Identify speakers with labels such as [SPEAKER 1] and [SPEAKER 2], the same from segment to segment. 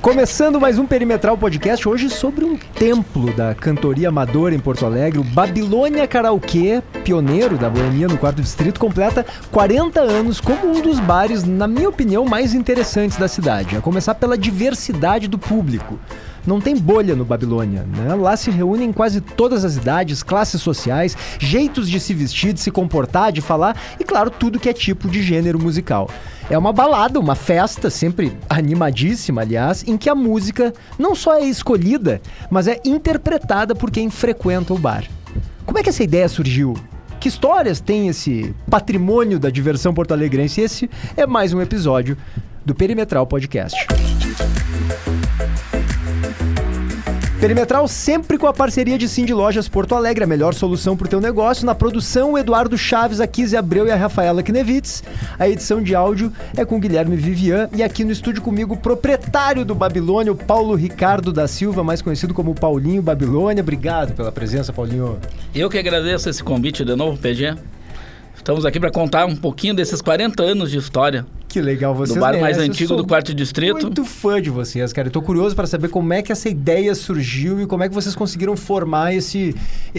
[SPEAKER 1] Começando mais um Perimetral Podcast, hoje sobre um templo da cantoria amadora em Porto Alegre, o Babilônia Karaokê, pioneiro da boemia no quarto distrito, completa 40 anos como um dos bares, na minha opinião, mais interessantes da cidade. A começar pela diversidade do público. Não tem bolha no Babilônia, né? Lá se reúnem quase todas as idades, classes sociais, jeitos de se vestir, de se comportar, de falar e, claro, tudo que é tipo de gênero musical. É uma balada, uma festa, sempre animadíssima, aliás, em que a música não só é escolhida, mas é interpretada por quem frequenta o bar. Como é que essa ideia surgiu? Que histórias tem esse patrimônio da diversão porto-alegrense? Esse é mais um episódio do Perimetral Podcast. Perimetral sempre com a parceria de Cindy Lojas Porto Alegre, a melhor solução para o teu negócio. Na produção, o Eduardo Chaves, a Kise Abreu e a Rafaela Knevitz. A edição de áudio é com Guilherme Vivian. E aqui no estúdio comigo, o proprietário do Babilônia, o Paulo Ricardo da Silva, mais conhecido como Paulinho Babilônia. Obrigado pela presença, Paulinho.
[SPEAKER 2] Eu que agradeço esse convite de novo, PG. Estamos aqui para contar um pouquinho desses 40 anos de história
[SPEAKER 1] Que legal vocês
[SPEAKER 2] do bar mais
[SPEAKER 1] merecem. Eu
[SPEAKER 2] antigo
[SPEAKER 1] sou
[SPEAKER 2] do quarto distrito.
[SPEAKER 1] Muito fã de vocês, cara. Eu tô curioso para saber como é que essa ideia surgiu e como é que vocês conseguiram formar esse, e- e-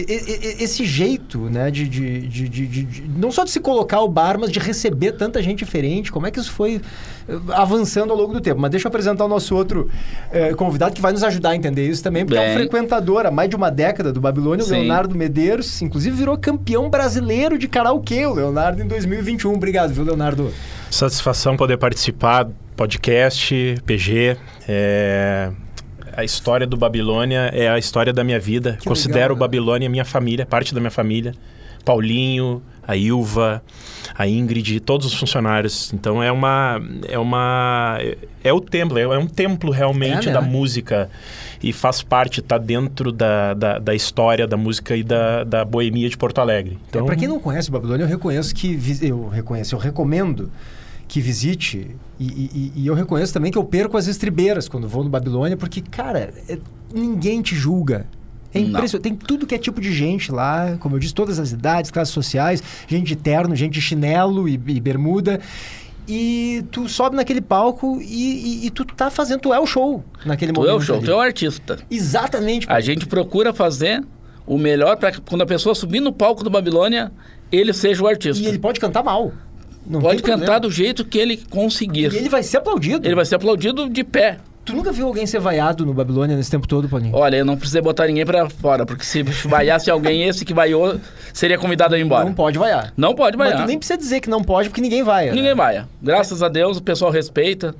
[SPEAKER 1] e- esse jeito, né? De, de, de, de- de- de- não só de se colocar o bar, mas de receber tanta gente diferente. Como é que isso foi eh, avançando ao longo do tempo? Mas deixa eu apresentar o nosso outro eh, convidado que vai nos ajudar a entender isso também, porque é um
[SPEAKER 2] Bem.
[SPEAKER 1] frequentador há mais de uma década do Babilônia, o
[SPEAKER 2] Sim.
[SPEAKER 1] Leonardo Medeiros. Inclusive virou campeão brasileiro de karaokê, o Leonardo, em 2021. Obrigado, viu, Leonardo?
[SPEAKER 3] Satisfação poder participar do podcast, PG. é, A história do Babilônia é a história da minha vida.
[SPEAKER 1] Que legal,
[SPEAKER 3] Considero
[SPEAKER 1] né?
[SPEAKER 3] o Babilônia minha família, parte da minha família. Paulinho, a Ilva, a Ingrid, todos os funcionários. Então é uma é uma é o templo, é um templo realmente
[SPEAKER 1] É, né?
[SPEAKER 3] da música e faz parte, tá dentro da, da, da história da música e da, da boemia de Porto Alegre.
[SPEAKER 1] É,
[SPEAKER 3] Então
[SPEAKER 1] para quem não conhece Babilônia, eu reconheço que vi- eu reconheço, eu recomendo que visite e, e- e- e eu reconheço também que eu perco as estribeiras quando vou no Babilônia, porque cara, é- ninguém te julga. É
[SPEAKER 2] Não.
[SPEAKER 1] impressionante. Tem tudo que é tipo de gente lá, como eu disse, todas as idades, classes sociais, gente de terno, gente de chinelo e, e bermuda. E tu sobe naquele palco e, e- e tu tá fazendo, tu é o show naquele
[SPEAKER 2] Tu
[SPEAKER 1] momento.
[SPEAKER 2] é o show,
[SPEAKER 1] ali.
[SPEAKER 2] tu é o artista.
[SPEAKER 1] Exatamente.
[SPEAKER 2] A gente procura fazer o melhor para quando a pessoa subir no palco do Babilônia, ele seja o artista.
[SPEAKER 1] E ele pode cantar mal. Não
[SPEAKER 2] Pode
[SPEAKER 1] tem
[SPEAKER 2] cantar
[SPEAKER 1] problema.
[SPEAKER 2] do jeito que ele conseguir.
[SPEAKER 1] E ele vai ser aplaudido.
[SPEAKER 2] Ele vai ser aplaudido de pé.
[SPEAKER 1] Tu nunca viu alguém ser vaiado no Babilônia nesse tempo todo, Paulinho?
[SPEAKER 2] Olha, eu não precisei botar ninguém pra fora, porque se vaiasse alguém, esse que vaiou seria convidado a ir embora.
[SPEAKER 1] Não pode vaiar.
[SPEAKER 2] Não pode
[SPEAKER 1] Mas tu
[SPEAKER 2] vaiar.
[SPEAKER 1] nem precisa dizer que não pode, porque ninguém né? vai.
[SPEAKER 2] Ninguém vaia. Graças a Deus o pessoal respeita.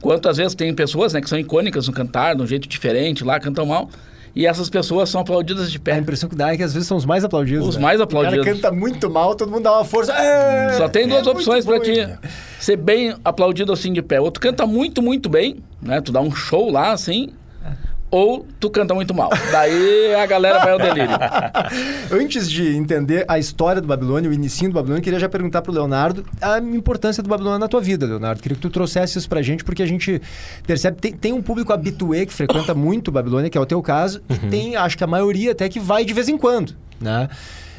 [SPEAKER 2] Quantas vezes tem pessoas né, que são icônicas no cantar, de um jeito diferente lá, cantam mal. E essas pessoas são aplaudidas de
[SPEAKER 1] A
[SPEAKER 2] pé.
[SPEAKER 1] impressão que dá é que às vezes são os mais aplaudidos.
[SPEAKER 2] Os
[SPEAKER 1] né?
[SPEAKER 2] mais
[SPEAKER 1] O cara
[SPEAKER 2] aplaudidos.
[SPEAKER 1] canta muito mal, todo mundo dá uma força. É,
[SPEAKER 2] Só tem
[SPEAKER 1] é
[SPEAKER 2] duas
[SPEAKER 1] muito
[SPEAKER 2] opções
[SPEAKER 1] bom
[SPEAKER 2] pra ti.
[SPEAKER 1] isso.
[SPEAKER 2] Ser bem aplaudido assim de pé. Ou tu canta muito, muito bem, né? Tu dá um show lá, assim. Ou tu canta muito mal. Daí a galera vai ao delírio.
[SPEAKER 1] Antes de entender a história do Babilônia, o inicinho do Babilônia, eu queria já perguntar pro Leonardo a importância do Babilônia na tua vida, Leonardo. Queria que tu trouxesse isso pra gente, porque a gente percebe tem, tem um público habituê que frequenta muito o Babilônia, que é o teu caso,
[SPEAKER 3] Uhum.
[SPEAKER 1] e tem, acho que a maioria até que vai de vez em quando, né?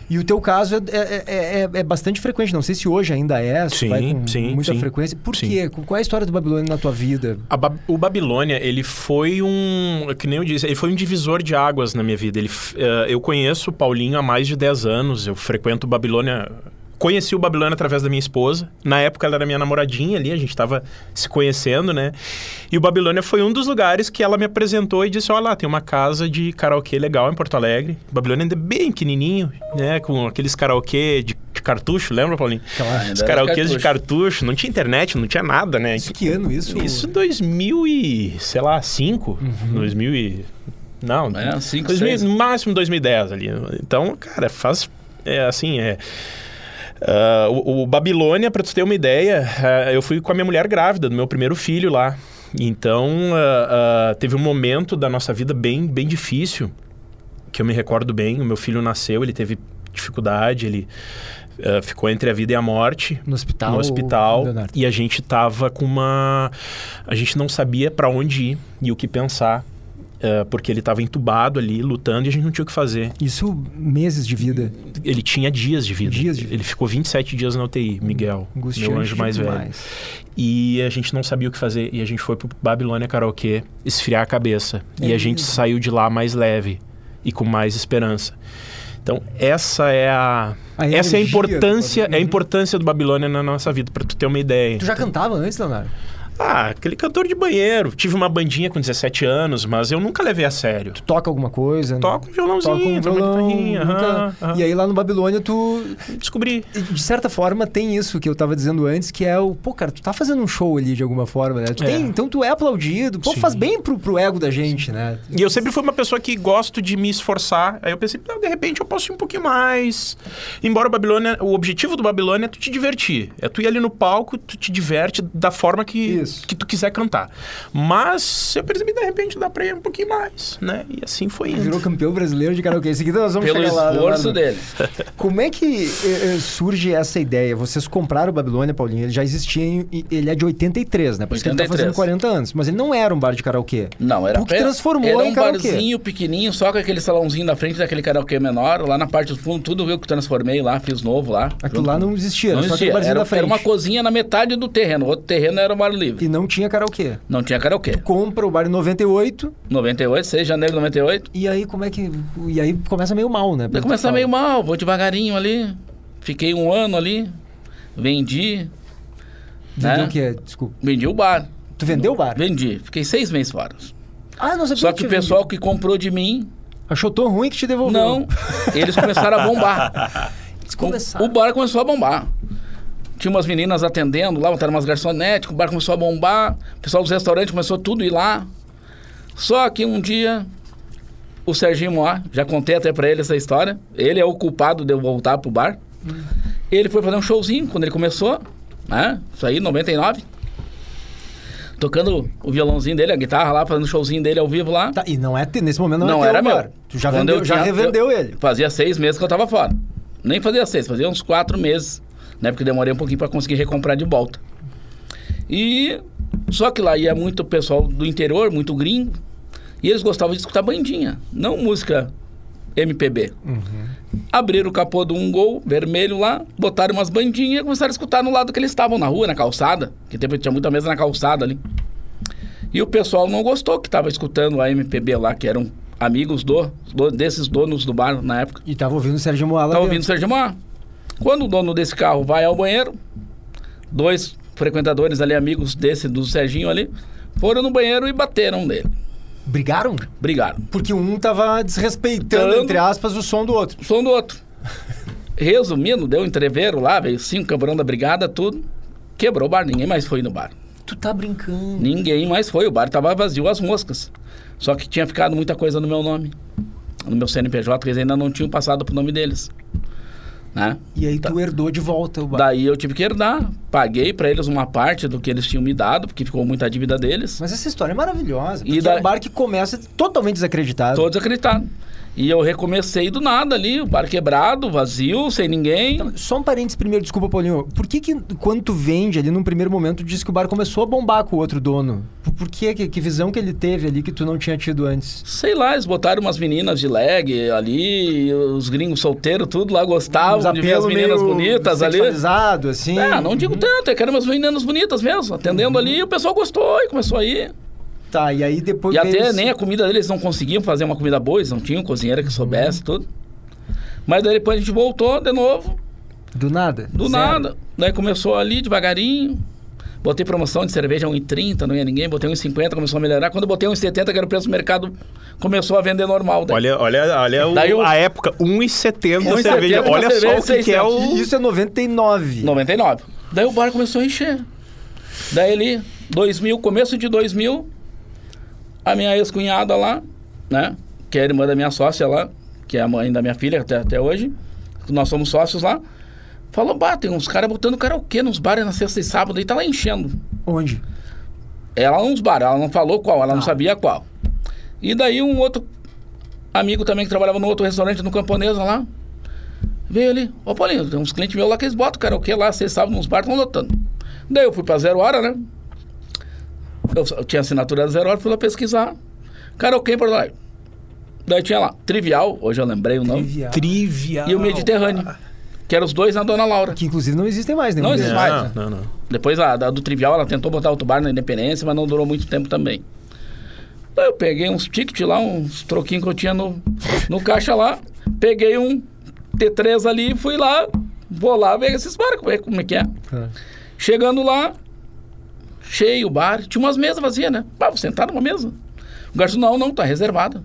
[SPEAKER 1] E o teu caso é, é- é- é- é bastante frequente, não sei se hoje ainda é, se tu
[SPEAKER 3] Sim,
[SPEAKER 1] vai com
[SPEAKER 3] sim,
[SPEAKER 1] muita
[SPEAKER 3] sim.
[SPEAKER 1] frequência. Por
[SPEAKER 3] Sim.
[SPEAKER 1] quê? Qual é a história do Babilônia na tua vida?
[SPEAKER 3] A Ba- o Babilônia, ele foi um. Que nem eu disse, ele foi um divisor de águas na minha vida. Ele, f- eh, eu conheço o Paulinho há mais de 10 anos. Eu frequento o Babilônia. Conheci o Babilônia através da minha esposa. Na época ela era minha namoradinha ali, a gente tava se conhecendo, né? E o Babilônia foi um dos lugares que ela me apresentou e disse: Olha lá, tem uma casa de karaokê legal em Porto Alegre. O Babilônia ainda é bem pequenininho, né? Com aqueles karaokê de, de cartucho, lembra, Paulinho?
[SPEAKER 1] Claro.
[SPEAKER 3] Os
[SPEAKER 2] Era
[SPEAKER 3] karaokês de
[SPEAKER 2] cartucho.
[SPEAKER 3] cartucho, não tinha internet, não tinha nada, né?
[SPEAKER 1] Isso, que ano isso?
[SPEAKER 3] Isso 2000 e, sei lá, 5, 2000 e... Não,
[SPEAKER 2] Uhum. É, cinco,
[SPEAKER 3] 2000,
[SPEAKER 2] seis.
[SPEAKER 3] máximo 2010 ali. Então, cara, faz... É assim, é... ah, o, o Babilônia, pra tu ter uma ideia, ah, eu fui com a minha mulher grávida do meu primeiro filho lá. Então, ah, ah, teve um momento da nossa vida bem, bem difícil, que eu me recordo bem. O meu filho nasceu, ele teve dificuldade, ele ah, ficou entre a vida e a morte
[SPEAKER 1] No hospital?
[SPEAKER 3] no hospital
[SPEAKER 1] Tá, Leonardo?
[SPEAKER 3] e a gente tava com uma a gente não sabia pra onde ir e o que pensar eh, porque ele estava entubado ali, lutando, e a gente não tinha o que fazer.
[SPEAKER 1] Isso meses de vida.
[SPEAKER 3] Ele tinha dias de vida.
[SPEAKER 1] Dias de vida.
[SPEAKER 3] Ele ficou 27 dias na UTI, Miguel,
[SPEAKER 1] Angustiante
[SPEAKER 3] meu anjo mais velho.
[SPEAKER 1] demais.
[SPEAKER 3] E a gente não sabia o que fazer. E a gente foi pro Babilônia Karaokê esfriar a cabeça. E
[SPEAKER 1] É
[SPEAKER 3] a gente
[SPEAKER 1] mesmo.
[SPEAKER 3] saiu de lá mais leve e com mais esperança. Então, essa é a.
[SPEAKER 1] A
[SPEAKER 3] essa é
[SPEAKER 1] energia
[SPEAKER 3] a
[SPEAKER 1] do
[SPEAKER 3] importância,
[SPEAKER 1] Babilônia.
[SPEAKER 3] é a importância do Babilônia na nossa vida, pra tu ter uma ideia. Então,
[SPEAKER 1] Tu já cantava antes, Leonardo?
[SPEAKER 3] Ah, aquele cantor de banheiro. Tive uma bandinha com 17 anos, mas eu nunca levei a sério.
[SPEAKER 1] Tu toca alguma coisa? né?
[SPEAKER 3] Toco um violãozinho,
[SPEAKER 1] Toca um
[SPEAKER 3] toco uma
[SPEAKER 1] violão,
[SPEAKER 3] guitarrinha.
[SPEAKER 1] nunca-
[SPEAKER 3] aham, aham.
[SPEAKER 1] E aí lá no Babilônia tu
[SPEAKER 3] Descobri.
[SPEAKER 1] de certa forma, tem isso que eu tava dizendo antes, que é o, pô, cara, tu tá fazendo um show ali de alguma forma, né? Tu
[SPEAKER 3] É.
[SPEAKER 1] tem- então tu é aplaudido, pô,
[SPEAKER 3] Sim.
[SPEAKER 1] faz bem pro, pro ego da gente, né?
[SPEAKER 3] E eu sempre fui uma pessoa que gosto de me esforçar. Aí eu pensei, não, de repente eu posso ir um pouquinho mais. Embora o Babilônia, o objetivo do Babilônia é tu te divertir. É tu ir ali no palco, tu te diverte da forma que,
[SPEAKER 1] Isso.
[SPEAKER 3] que tu quiser cantar. Mas eu percebi, de repente, dá pra ir um pouquinho mais, né? E assim foi indo.
[SPEAKER 1] Virou campeão brasileiro de karaokê. Em seguida nós vamos
[SPEAKER 2] Pelo
[SPEAKER 1] chegar um lá. né,
[SPEAKER 2] esforço
[SPEAKER 1] Leonardo.
[SPEAKER 2] dele.
[SPEAKER 1] Como é que eh, eh, surge essa ideia? Vocês compraram o Babilônia, Paulinho, ele já existia, em, e- ele é de 83, né? Por isso que ele tá
[SPEAKER 2] 83.
[SPEAKER 1] fazendo 40 anos. Mas ele não era um bar de karaokê.
[SPEAKER 2] Não, era
[SPEAKER 1] Tu que transformou
[SPEAKER 2] era
[SPEAKER 1] em
[SPEAKER 2] um
[SPEAKER 1] karaokê.
[SPEAKER 2] barzinho pequenininho, só com aquele salãozinho na frente daquele karaokê menor, lá na parte do fundo, tudo eu que transformei lá, fiz novo lá.
[SPEAKER 1] Aquilo lá não existia,
[SPEAKER 2] Não
[SPEAKER 1] era só aquele
[SPEAKER 2] existia.
[SPEAKER 1] barzinho
[SPEAKER 2] Era,
[SPEAKER 1] da frente.
[SPEAKER 2] era uma cozinha na metade do terreno. O outro terreno era um bar livre.
[SPEAKER 1] E não tinha karaokê.
[SPEAKER 2] Não tinha karaokê.
[SPEAKER 1] Compra o bar em 98
[SPEAKER 2] 98, 6 de janeiro de 98.
[SPEAKER 1] e aí como é que... E aí começa meio mal, né?
[SPEAKER 2] Daí começar meio mal, vou devagarinho ali. Fiquei um ano ali, vendi,
[SPEAKER 1] Vendeu
[SPEAKER 2] né?
[SPEAKER 1] o quê? Desculpa.
[SPEAKER 2] vendi o bar.
[SPEAKER 1] Tu vendeu o bar?
[SPEAKER 2] Vendi, fiquei seis meses fora.
[SPEAKER 1] Ah, não sabia
[SPEAKER 2] Só que o
[SPEAKER 1] tinha
[SPEAKER 2] pessoal que comprou de mim,
[SPEAKER 1] vendido. Achou tão ruim que te devolveu.
[SPEAKER 2] não, eles começaram a bombar.
[SPEAKER 1] Eles
[SPEAKER 2] O, o
[SPEAKER 1] começaram.
[SPEAKER 2] bar começou a bombar. Tinha umas meninas atendendo lá, botaram umas garçonetes, o bar começou a bombar, o pessoal dos restaurantes começou tudo a ir lá. Só que um dia, o Serginho Moá, já contei até pra ele essa história, ele é o culpado de eu voltar pro bar. Ele foi fazer um showzinho quando ele começou, né? Isso aí, 99. Tocando o violãozinho dele, a guitarra lá, fazendo o showzinho dele ao vivo lá.
[SPEAKER 1] Tá, e não é te- nesse momento não,
[SPEAKER 2] Não,
[SPEAKER 1] é teu
[SPEAKER 2] era
[SPEAKER 1] o bar.
[SPEAKER 2] meu.
[SPEAKER 1] Tu já
[SPEAKER 2] Quando
[SPEAKER 1] vendeu,
[SPEAKER 2] eu
[SPEAKER 1] já
[SPEAKER 2] tinha-
[SPEAKER 1] revendeu
[SPEAKER 2] eu-
[SPEAKER 1] ele.
[SPEAKER 2] Fazia seis meses que eu tava fora. Nem fazia seis, fazia uns quatro meses, né? Porque demorei um pouquinho pra conseguir recomprar de volta. E só que lá ia muito pessoal do interior, muito gringo, e eles gostavam de escutar bandinha, não música MPB.
[SPEAKER 1] Uhum.
[SPEAKER 2] Abriram o capô de um gol vermelho lá, botaram umas bandinhas e começaram a escutar no lado que eles estavam, na rua, na calçada, que tempo tinha muita mesa na calçada ali. E o pessoal não gostou que tava escutando a MPB lá, que eram amigos do, do- desses donos do bar na época.
[SPEAKER 1] E tava ouvindo o Sérgio Moala.
[SPEAKER 2] Tava ouvindo o Sérgio Mar. Quando o dono desse carro vai ao banheiro, dois frequentadores ali, amigos desse do Serginho ali, foram no banheiro e bateram nele.
[SPEAKER 1] Brigaram?
[SPEAKER 2] Brigaram.
[SPEAKER 1] Porque um tava desrespeitando,
[SPEAKER 2] Tanto-
[SPEAKER 1] entre aspas, o som do outro.
[SPEAKER 2] som do outro. Resumindo, deu um entreveiro lá, veio cinco campeão da brigada, tudo. Quebrou o bar, ninguém mais foi no bar.
[SPEAKER 1] Tu tá brincando.
[SPEAKER 2] Ninguém mais foi, o bar tava vazio as moscas. Só que tinha ficado muita coisa no meu nome. No meu CNPJ, que eles ainda não tinham passado pro nome deles. Né?
[SPEAKER 1] E aí tu herdou de volta o bar.
[SPEAKER 2] Daí eu tive que herdar. Paguei pra eles uma parte do que eles tinham me dado, porque ficou muita dívida deles.
[SPEAKER 1] Mas essa história é maravilhosa.
[SPEAKER 2] E
[SPEAKER 1] Porque é
[SPEAKER 2] daí-
[SPEAKER 1] um bar que começa totalmente desacreditado.
[SPEAKER 2] Tô desacreditado. E eu recomecei do nada ali, o bar quebrado, vazio, sem ninguém.
[SPEAKER 1] Só um parênteses primeiro, desculpa, Paulinho. Por que, que quando tu vende ali num primeiro momento, diz que o bar começou a bombar com o outro dono? Por, por que, que? Que visão que ele teve ali que tu não tinha tido antes?
[SPEAKER 2] Sei lá, eles botaram umas meninas de leg ali, os gringos solteiros, tudo lá gostavam Ah, de ver as meninas bonitas ali.
[SPEAKER 1] sexualizado, assim.
[SPEAKER 2] Ah, não digo tanto, eu quero umas meninas bonitas mesmo. Atendendo ali, o pessoal gostou e começou a ir.
[SPEAKER 1] Tá, e aí depois
[SPEAKER 2] E
[SPEAKER 1] veio
[SPEAKER 2] até
[SPEAKER 1] esse-
[SPEAKER 2] nem a comida deles não conseguiam fazer uma comida boa, eles não tinham cozinheira que soubesse tudo. Mas daí depois a gente voltou de novo,
[SPEAKER 1] Do nada?
[SPEAKER 2] do
[SPEAKER 1] Zero.
[SPEAKER 2] nada. Daí começou ali devagarinho. Botei promoção de cerveja 1,30, não ia ninguém. Botei 1,50, começou a melhorar. Quando eu botei 1,70, que era o preço do mercado, começou a vender normal. Daí.
[SPEAKER 3] Olha, olha, olha o-
[SPEAKER 2] Daí o-
[SPEAKER 3] a época, 1,70 cerveja.
[SPEAKER 2] 1,70
[SPEAKER 3] Olha só o que, que é
[SPEAKER 2] cerveja,
[SPEAKER 1] E
[SPEAKER 3] o...
[SPEAKER 1] Isso é 99.
[SPEAKER 2] 99. Daí o bar começou a encher. Daí ali, 2000, começo de 2000, a minha ex-cunhada lá, né? Que é a irmã da minha sócia lá, que é a mãe da minha filha até, até hoje. Nós somos sócios lá. Falou, bah, tem uns caras botando karaokê nos bares na sexta e sábado e tá lá enchendo.
[SPEAKER 1] Onde?
[SPEAKER 2] Ela uns bar, ela não falou qual, ela não sabia qual. E daí um outro amigo também que trabalhava no outro restaurante no Camponesa lá, veio ali, ô Paulinho, tem uns clientes meus lá que eles botam karaokê lá, vocês sabem, nos bares estão lotando. Daí eu fui pra Zero Hora, né? Eu, só- eu tinha assinatura da Zero Hora, fui lá pesquisar. Karaokê em Porto Alegre. Daí tinha lá, Trivial, hoje eu lembrei o nome.
[SPEAKER 1] Trivial.
[SPEAKER 3] Trivial.
[SPEAKER 2] E o Mediterrâneo, que eram os dois na Dona Laura.
[SPEAKER 1] Que inclusive não existem mais, né? nenhum
[SPEAKER 2] Não
[SPEAKER 1] deles.
[SPEAKER 2] existe mais.
[SPEAKER 3] Não, não, não.
[SPEAKER 2] Depois a, da- do Trivial, ela tentou botar outro bar na Independência, mas não durou muito tempo também. Daí eu peguei uns tickets lá, uns troquinhos que eu tinha no, no caixa lá. Peguei um T3 ali e fui lá. Vou lá ver esses barcos, ver como é que é. Chegando lá, cheio o bar, tinha umas mesas vazias, né? Ah, vou sentar numa mesa. O garçom, não, não, tá reservada.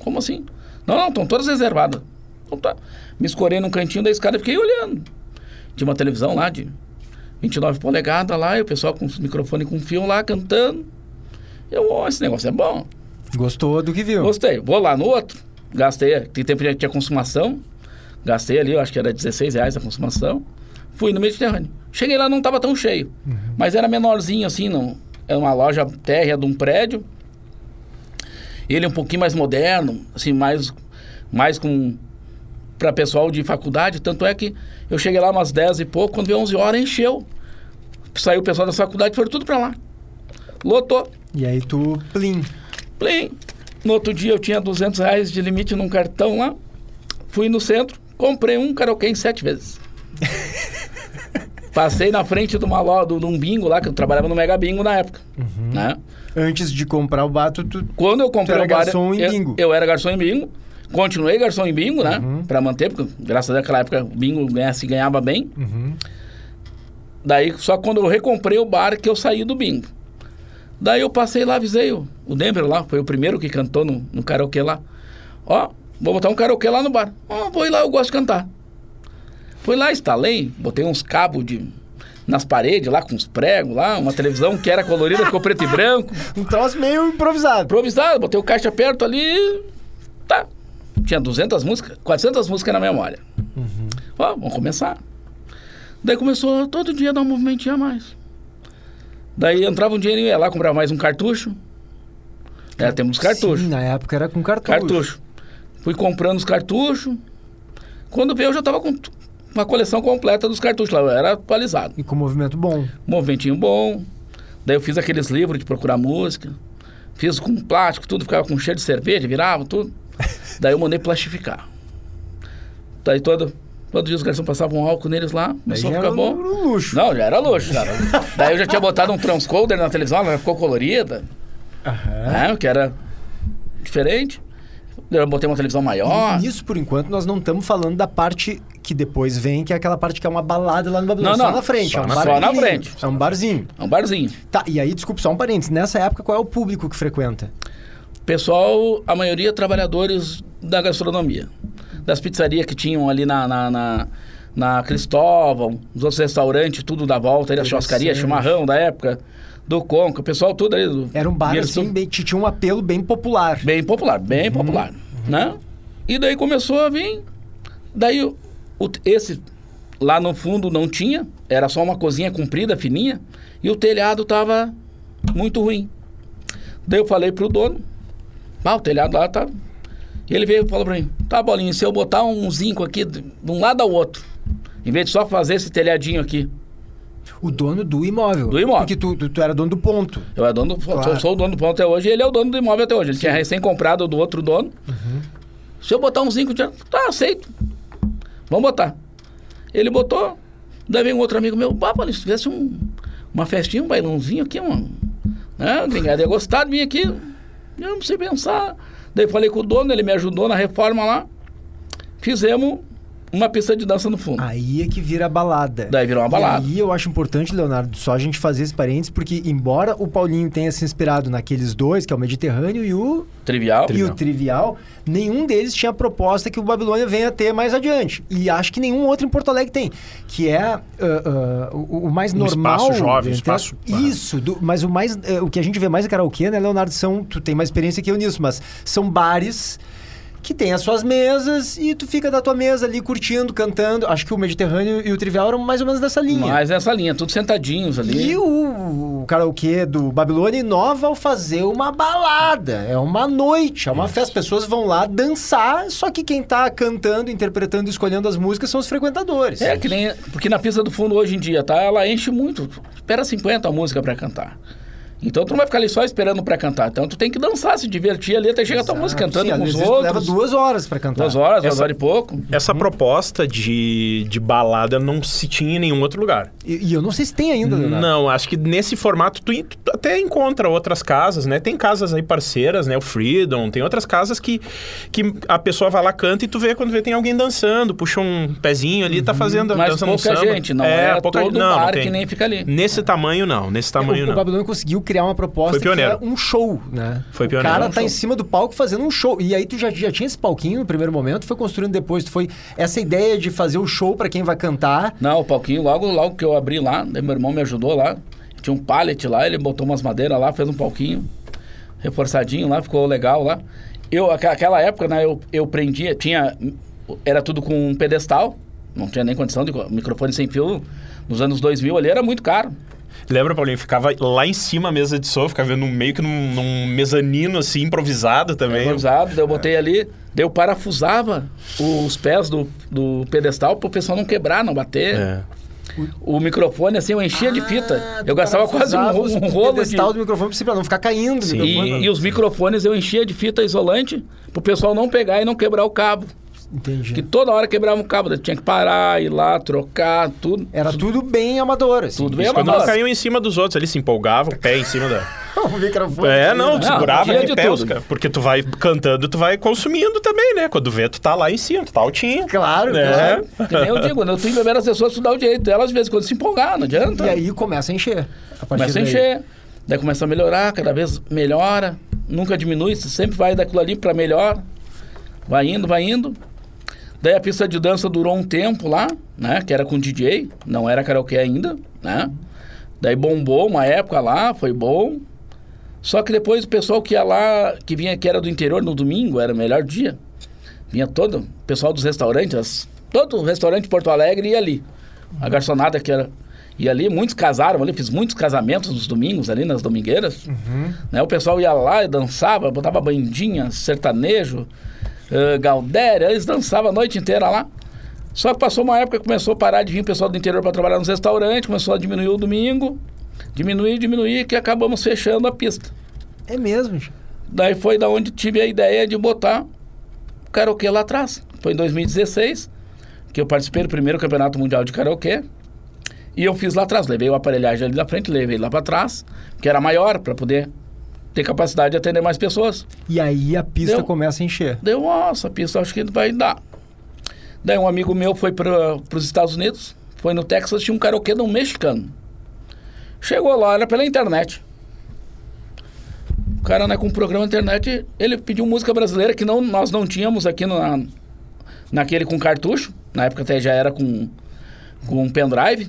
[SPEAKER 2] Como assim? Não, não, estão todas reservadas. Então tá. Me escorei num cantinho da escada e fiquei olhando. Tinha uma televisão lá de 29 polegadas lá, e o pessoal com os microfone com fio lá cantando. Eu, ó, esse negócio é bom.
[SPEAKER 1] Gostou do que viu?
[SPEAKER 2] Gostei. Vou lá no outro. Gastei. Tem tempo que tinha consumação. Gastei ali, eu acho que era 16 reais a consumação. Fui no Mediterrâneo. Cheguei lá, não estava tão cheio. Mas era menorzinho assim, não. Era uma loja térrea de um prédio. Ele é um pouquinho mais moderno, assim, mais, mais com. para pessoal de faculdade. Tanto é que eu cheguei lá umas 10 e pouco, quando veio 11 horas, encheu. Saiu o pessoal da faculdade, foram tudo para lá. Lotou.
[SPEAKER 1] E aí tu, plim.
[SPEAKER 2] Plim. No outro dia eu tinha 200 reais de limite num cartão lá. Fui no centro, comprei um karaokê em sete vezes. Passei na frente de uma loja, de um bingo lá, que eu trabalhava no Mega Bingo na época. Né?
[SPEAKER 1] Antes de comprar o bato, tu.
[SPEAKER 2] Quando eu comprei
[SPEAKER 1] Uhum. Tu era
[SPEAKER 2] o bar,
[SPEAKER 1] garçom em
[SPEAKER 2] eu,
[SPEAKER 1] bingo. Uhum.
[SPEAKER 2] eu era garçom em bingo. Continuei garçom em bingo, né? Pra manter, porque graças a Deus naquela época o bingo ganha- se ganhava bem.
[SPEAKER 1] Uhum.
[SPEAKER 2] Daí, só quando eu recomprei o bar que eu saí do bingo. Daí eu passei lá, avisei o, o Denver lá, foi o primeiro que cantou no, no karaokê lá. Ó, vou botar um karaokê lá no bar. Ó, vou ir lá, eu gosto de cantar. Fui lá, instalei, botei uns cabos de... Nas paredes lá, com uns pregos lá, uma televisão que era colorida, ficou preto e branco
[SPEAKER 1] Um troço meio improvisado.
[SPEAKER 2] improvisado, botei o caixa perto ali. Tá. Tinha 200 músicas, 400 músicas na memória. Ó, vamos começar. Daí começou todo dia a dar um movimentinho a mais. Daí entrava um dinheirinho, ia lá, comprava mais um cartucho. É, temos cartucho.
[SPEAKER 1] Sim, na época era com cartucho.
[SPEAKER 2] Cartucho. Fui comprando os cartuchos. Quando veio, eu já tava com t- uma coleção completa dos cartuchos lá. Eu era atualizado
[SPEAKER 1] E com movimento bom.
[SPEAKER 2] movimentinho bom. Daí eu fiz aqueles livros de procurar música. Fiz com plástico, tudo, ficava com cheiro de cerveja, virava tudo. Daí eu mandei plastificar. Daí todo, todo dia os garçons passavam um álcool neles lá,
[SPEAKER 1] Aí
[SPEAKER 2] começou a
[SPEAKER 1] já
[SPEAKER 2] ficar
[SPEAKER 1] era
[SPEAKER 2] bom.
[SPEAKER 1] um luxo.
[SPEAKER 2] Não, já era luxo, cara. Daí eu já tinha botado um transcoder na televisão, ela já ficou colorida,
[SPEAKER 1] Aham.
[SPEAKER 2] né? Que era diferente. Eu botei uma televisão maior.
[SPEAKER 1] Isso, por enquanto, nós não estamos falando da parte que depois vem, que é aquela parte que é uma balada lá no Babilônia.
[SPEAKER 2] Não,
[SPEAKER 1] Só
[SPEAKER 2] não.
[SPEAKER 1] na frente.
[SPEAKER 2] Só
[SPEAKER 1] é um
[SPEAKER 2] na-
[SPEAKER 1] barzinho,
[SPEAKER 2] só na frente.
[SPEAKER 1] É um barzinho.
[SPEAKER 2] É um barzinho.
[SPEAKER 1] Tá, e aí, desculpa, só um parênteses. Nessa época, qual é o público que frequenta?
[SPEAKER 2] Pessoal, a maioria trabalhadores da gastronomia. Das pizzarias que tinham ali na, na, na, na Cristóvão, os outros restaurantes, tudo da volta, ali, a churrascaria,
[SPEAKER 1] Interessante.
[SPEAKER 2] chimarrão da época, do Conca, o pessoal tudo ali. Do,
[SPEAKER 1] Era um bar,
[SPEAKER 2] Pinheiros,
[SPEAKER 1] assim,
[SPEAKER 2] tudo
[SPEAKER 1] bem, que tinha um apelo bem popular.
[SPEAKER 2] bem popular, bem popular, né? E daí começou a vir, daí o, o- esse lá no fundo não tinha, era só uma cozinha comprida, fininha, e o telhado tava muito ruim. Daí eu falei pro dono, ah, o telhado lá tá... E ele veio e falou pra mim, tá Bolinha, se eu botar um zinco aqui de de um lado ao outro, em vez de só fazer esse telhadinho aqui,
[SPEAKER 1] O dono do imóvel.
[SPEAKER 2] Do imóvel.
[SPEAKER 1] Porque tu, tu, tu era dono do ponto.
[SPEAKER 2] Eu era dono do, sou-
[SPEAKER 1] Claro.
[SPEAKER 2] sou o dono do ponto até hoje e ele é o dono do imóvel até hoje. Ele tinha recém-comprado do outro dono.
[SPEAKER 1] Uhum.
[SPEAKER 2] Se eu botar uns 5 dias, tá, aceito. Vamos botar. Ele botou, daí veio um outro amigo meu, pá, Paulinho, se tivesse um, uma festinha, um bailãozinho aqui, mano. Né? Obrigado, ia gostar de mim aqui. Eu não sei pensar. Daí falei com o dono, ele me ajudou na reforma lá. Fizemos uma pista de dança no fundo.
[SPEAKER 1] Aí é que vira a balada.
[SPEAKER 2] Daí
[SPEAKER 3] Tá
[SPEAKER 2] virou uma balada.
[SPEAKER 1] E aí eu acho importante, Leonardo, só a gente fazer esse parênteses, porque embora o Paulinho tenha se inspirado naqueles dois, que é o Mediterrâneo e o
[SPEAKER 2] Trivial.
[SPEAKER 1] e o Trivial, nenhum deles tinha a proposta que o Babilônia venha a ter mais adiante. E acho que nenhum outro em Porto Alegre tem, que é ah, ah, o, o mais
[SPEAKER 3] Um
[SPEAKER 1] normal...
[SPEAKER 3] espaço jovem,
[SPEAKER 1] entre-
[SPEAKER 3] espaço-
[SPEAKER 1] Isso, do- mas o mais eh, o que a gente vê mais em karaokê, né, Leonardo, são... Tu tem mais experiência que eu nisso, mas são bares que tem as suas mesas e tu fica da tua mesa ali curtindo, cantando. Acho que o Mediterrâneo e o Trivial eram mais ou menos dessa linha.
[SPEAKER 2] Mas nessa linha, tudo sentadinhos ali.
[SPEAKER 1] E o, o karaokê do Babilônia inova ao fazer uma balada. É uma noite, é uma festa. Pessoas vão lá dançar, só que quem tá cantando, interpretando, escolhendo as músicas são os frequentadores.
[SPEAKER 2] É, que nem. Porque na pista do fundo hoje em dia, tá? Ela enche muito. Espera 50 música pra cantar. Então tu não vai ficar ali só esperando pra cantar. Então tu tem que dançar, se divertir ali até chegar a tua música cantando
[SPEAKER 1] Ah, Sim, às
[SPEAKER 2] com os
[SPEAKER 1] vezes
[SPEAKER 2] outros.
[SPEAKER 1] Leva duas horas pra cantar.
[SPEAKER 2] Duas horas, duas
[SPEAKER 3] Essa-
[SPEAKER 2] horas e pouco.
[SPEAKER 3] Essa proposta de, de balada não se tinha em nenhum outro lugar.
[SPEAKER 1] E, e eu não sei se tem ainda, Leonardo.
[SPEAKER 3] Não, acho que nesse formato tu, tu até encontra outras casas, né? Tem casas aí parceiras, né? O Freedom, tem outras casas que, que a pessoa vai lá, canta e tu vê quando vê tem alguém dançando, puxa um pezinho ali, tá fazendo
[SPEAKER 2] Uhum. Mas
[SPEAKER 3] dançando
[SPEAKER 2] pouca
[SPEAKER 3] samba.
[SPEAKER 2] gente, não é, todo
[SPEAKER 3] não, não
[SPEAKER 2] bar
[SPEAKER 3] tem.
[SPEAKER 2] que nem fica ali. É,
[SPEAKER 3] Nesse tamanho não, nesse tamanho
[SPEAKER 1] o, o
[SPEAKER 3] não.
[SPEAKER 1] Babilônia conseguiu criar uma proposta
[SPEAKER 3] Foi pioneiro.
[SPEAKER 1] que era um show, né?
[SPEAKER 3] Foi
[SPEAKER 1] o
[SPEAKER 3] pioneiro.
[SPEAKER 1] cara
[SPEAKER 3] É um
[SPEAKER 1] tá em
[SPEAKER 2] show.
[SPEAKER 1] cima do palco fazendo um show. E aí tu já, já tinha esse palquinho no primeiro momento, foi construindo depois, tu foi essa ideia de fazer o show pra quem vai cantar.
[SPEAKER 2] Não, o palquinho, logo, logo que eu abri lá, daí meu irmão me ajudou lá. Tinha um pallet lá, ele botou umas madeiras lá, fez um palquinho reforçadinho lá, ficou legal lá. Eu, aqua- aquela época, né, eu, eu prendia, tinha. Era tudo com um pedestal, não tinha nem condição de co- microfone sem fio. Nos anos 2000 ali era muito caro.
[SPEAKER 3] Lembra, Paulinho? Ficava lá em cima a mesa de som, ficava vendo meio que num, num mezanino assim, improvisado também.
[SPEAKER 2] É, Improvisado, daí eu botei ali, daí eu parafusava os pés do, do pedestal pro pessoal não quebrar, não bater.
[SPEAKER 3] É.
[SPEAKER 2] O microfone, assim, eu enchia de
[SPEAKER 1] Ah,
[SPEAKER 2] fita.
[SPEAKER 1] tu
[SPEAKER 2] Eu gastava quase um,
[SPEAKER 1] parafusava
[SPEAKER 2] ro-
[SPEAKER 1] os
[SPEAKER 2] um rolo de...
[SPEAKER 1] pedestal do microfone pra si, pra não ficar caindo. do
[SPEAKER 3] Sim.
[SPEAKER 1] microfone.
[SPEAKER 2] E, e os microfones eu enchia de fita isolante pro pessoal não pegar e não quebrar o cabo.
[SPEAKER 1] Entendi.
[SPEAKER 2] Que toda hora quebrava um cabo, daí tinha que parar, ir lá, trocar, tudo.
[SPEAKER 1] Era tudo bem amador, assim.
[SPEAKER 2] Tudo bem
[SPEAKER 3] Isso quando
[SPEAKER 2] amador.
[SPEAKER 3] eles caíam em cima dos outros, eles se empolgavam, o pé em cima da...
[SPEAKER 1] O microfone.
[SPEAKER 3] É, não,
[SPEAKER 2] Não,
[SPEAKER 3] segurava
[SPEAKER 2] tinha
[SPEAKER 3] de
[SPEAKER 2] de
[SPEAKER 3] pé,
[SPEAKER 2] tudo.
[SPEAKER 3] os cara, porque tu vai cantando, tu vai consumindo também, né? Quando vê, tu tá lá em cima, tu tá altinho.
[SPEAKER 1] Claro,
[SPEAKER 3] né?
[SPEAKER 1] claro.
[SPEAKER 2] É. Que nem eu digo, quando eu tenho que beber as pessoas, tu dá o direito delas, às vezes, quando se empolgar, não adianta.
[SPEAKER 1] E aí começa a encher. A partir
[SPEAKER 2] Começa a
[SPEAKER 1] daí.
[SPEAKER 2] encher, daí começa a melhorar, cada vez melhora, nunca diminui, você sempre vai daquilo ali pra melhor, vai indo, vai indo. Daí a pista de dança durou um tempo lá, né, que era com DJ, não era karaokê ainda, né? Daí bombou uma época lá, foi bom. Só que depois o pessoal que ia lá, que vinha que era do interior no domingo, era o melhor dia. Vinha todo, o pessoal dos restaurantes, as- todo o restaurante de Porto Alegre ia ali. A garçonada que era. E ali muitos casaram ali, fiz muitos casamentos nos domingos ali, nas domingueiras. Né? O pessoal ia lá e dançava, botava bandinha, sertanejo, eh, galdéria, eles dançavam a noite inteira lá. Só que passou uma época que começou a parar de vir o pessoal do interior para trabalhar nos restaurantes, começou a diminuir o domingo, diminuir, diminuir, que acabamos fechando a pista.
[SPEAKER 1] É mesmo, gente.
[SPEAKER 2] Daí foi da onde tive a ideia de botar o karaokê lá atrás. Foi em 2016 que eu participei do primeiro campeonato mundial de karaokê. E eu fiz lá atrás, levei o aparelhagem ali da frente, levei lá para trás, que era maior para poder ter capacidade de atender mais pessoas.
[SPEAKER 1] E aí a pista
[SPEAKER 2] Deu.
[SPEAKER 1] começa a encher.
[SPEAKER 2] Deu, nossa, pista acho que vai dar. Daí um amigo meu foi para os Estados Unidos, foi no Texas, tinha um karaokê de um mexicano. Chegou lá, era pela internet. O cara né, com um programa na internet, ele pediu música brasileira que não, nós não tínhamos aqui na, naquele com cartucho. Na época até já era com, com um pendrive,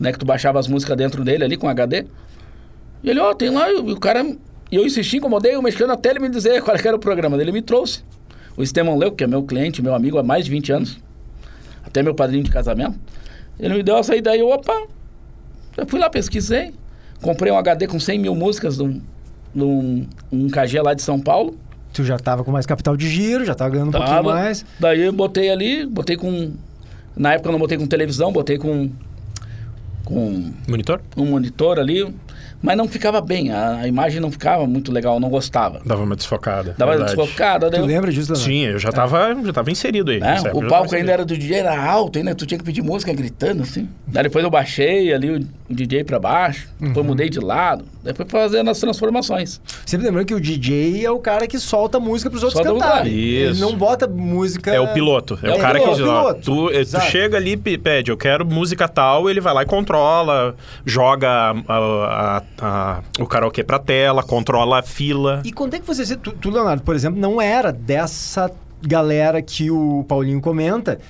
[SPEAKER 2] né? Que tu baixava as músicas dentro dele ali com HD. E ele, ó, tem lá, e o- e o cara. E eu insisti, incomodei o mexicano até ele me dizer qual é que era o programa dele. Ele me trouxe. O Esteban Leu, que é meu cliente, meu amigo há mais de 20 anos, até meu padrinho de casamento. Ele me deu essa ideia, eu, opa, eu fui lá, pesquisei, comprei um HD com 100 mil músicas de um, de um, um KG lá de São Paulo.
[SPEAKER 1] Tu já tava com mais capital de giro, já tava ganhando um pouquinho
[SPEAKER 2] Tava.
[SPEAKER 1] mais.
[SPEAKER 2] Daí eu botei ali, botei com. Na época eu não botei com televisão, botei com. com
[SPEAKER 3] Monitor?
[SPEAKER 2] um monitor ali. Mas não ficava bem, a, a imagem não ficava muito legal, eu não gostava.
[SPEAKER 3] Dava uma desfocada.
[SPEAKER 2] Dava
[SPEAKER 3] verdade.
[SPEAKER 2] desfocada,
[SPEAKER 1] Tu
[SPEAKER 2] daí eu-
[SPEAKER 1] lembra disso, Leonardo?
[SPEAKER 3] Sim, eu já tava, já tava inserido aí. é
[SPEAKER 2] né?
[SPEAKER 3] nessa época, eu
[SPEAKER 2] O
[SPEAKER 3] já
[SPEAKER 2] palco
[SPEAKER 3] tava
[SPEAKER 2] ainda
[SPEAKER 3] inserido.
[SPEAKER 2] era do DJ, era alto ainda, tu tinha que pedir música gritando, assim. Daí depois eu baixei ali o DJ pra baixo, depois mudei de lado, depois fazendo as transformações.
[SPEAKER 1] Sempre lembrando que o DJ é o cara que solta música pros outros
[SPEAKER 2] Solta um
[SPEAKER 1] cantarem.
[SPEAKER 2] cara.
[SPEAKER 1] Ele
[SPEAKER 3] Isso.
[SPEAKER 1] não bota música...
[SPEAKER 3] É o piloto, é,
[SPEAKER 2] É
[SPEAKER 3] o
[SPEAKER 2] o
[SPEAKER 3] cara
[SPEAKER 1] piloto,
[SPEAKER 3] que diz, ó,
[SPEAKER 1] piloto.
[SPEAKER 3] tu, eh, tu
[SPEAKER 1] Exato.
[SPEAKER 3] chega ali e pede, eu quero música tal, ele vai lá e controla, joga a- a- a- o karaokê pra tela, controla a fila.
[SPEAKER 1] E quando é que você... Tu, tu, Leonardo, por exemplo, não era dessa galera que o Paulinho comenta...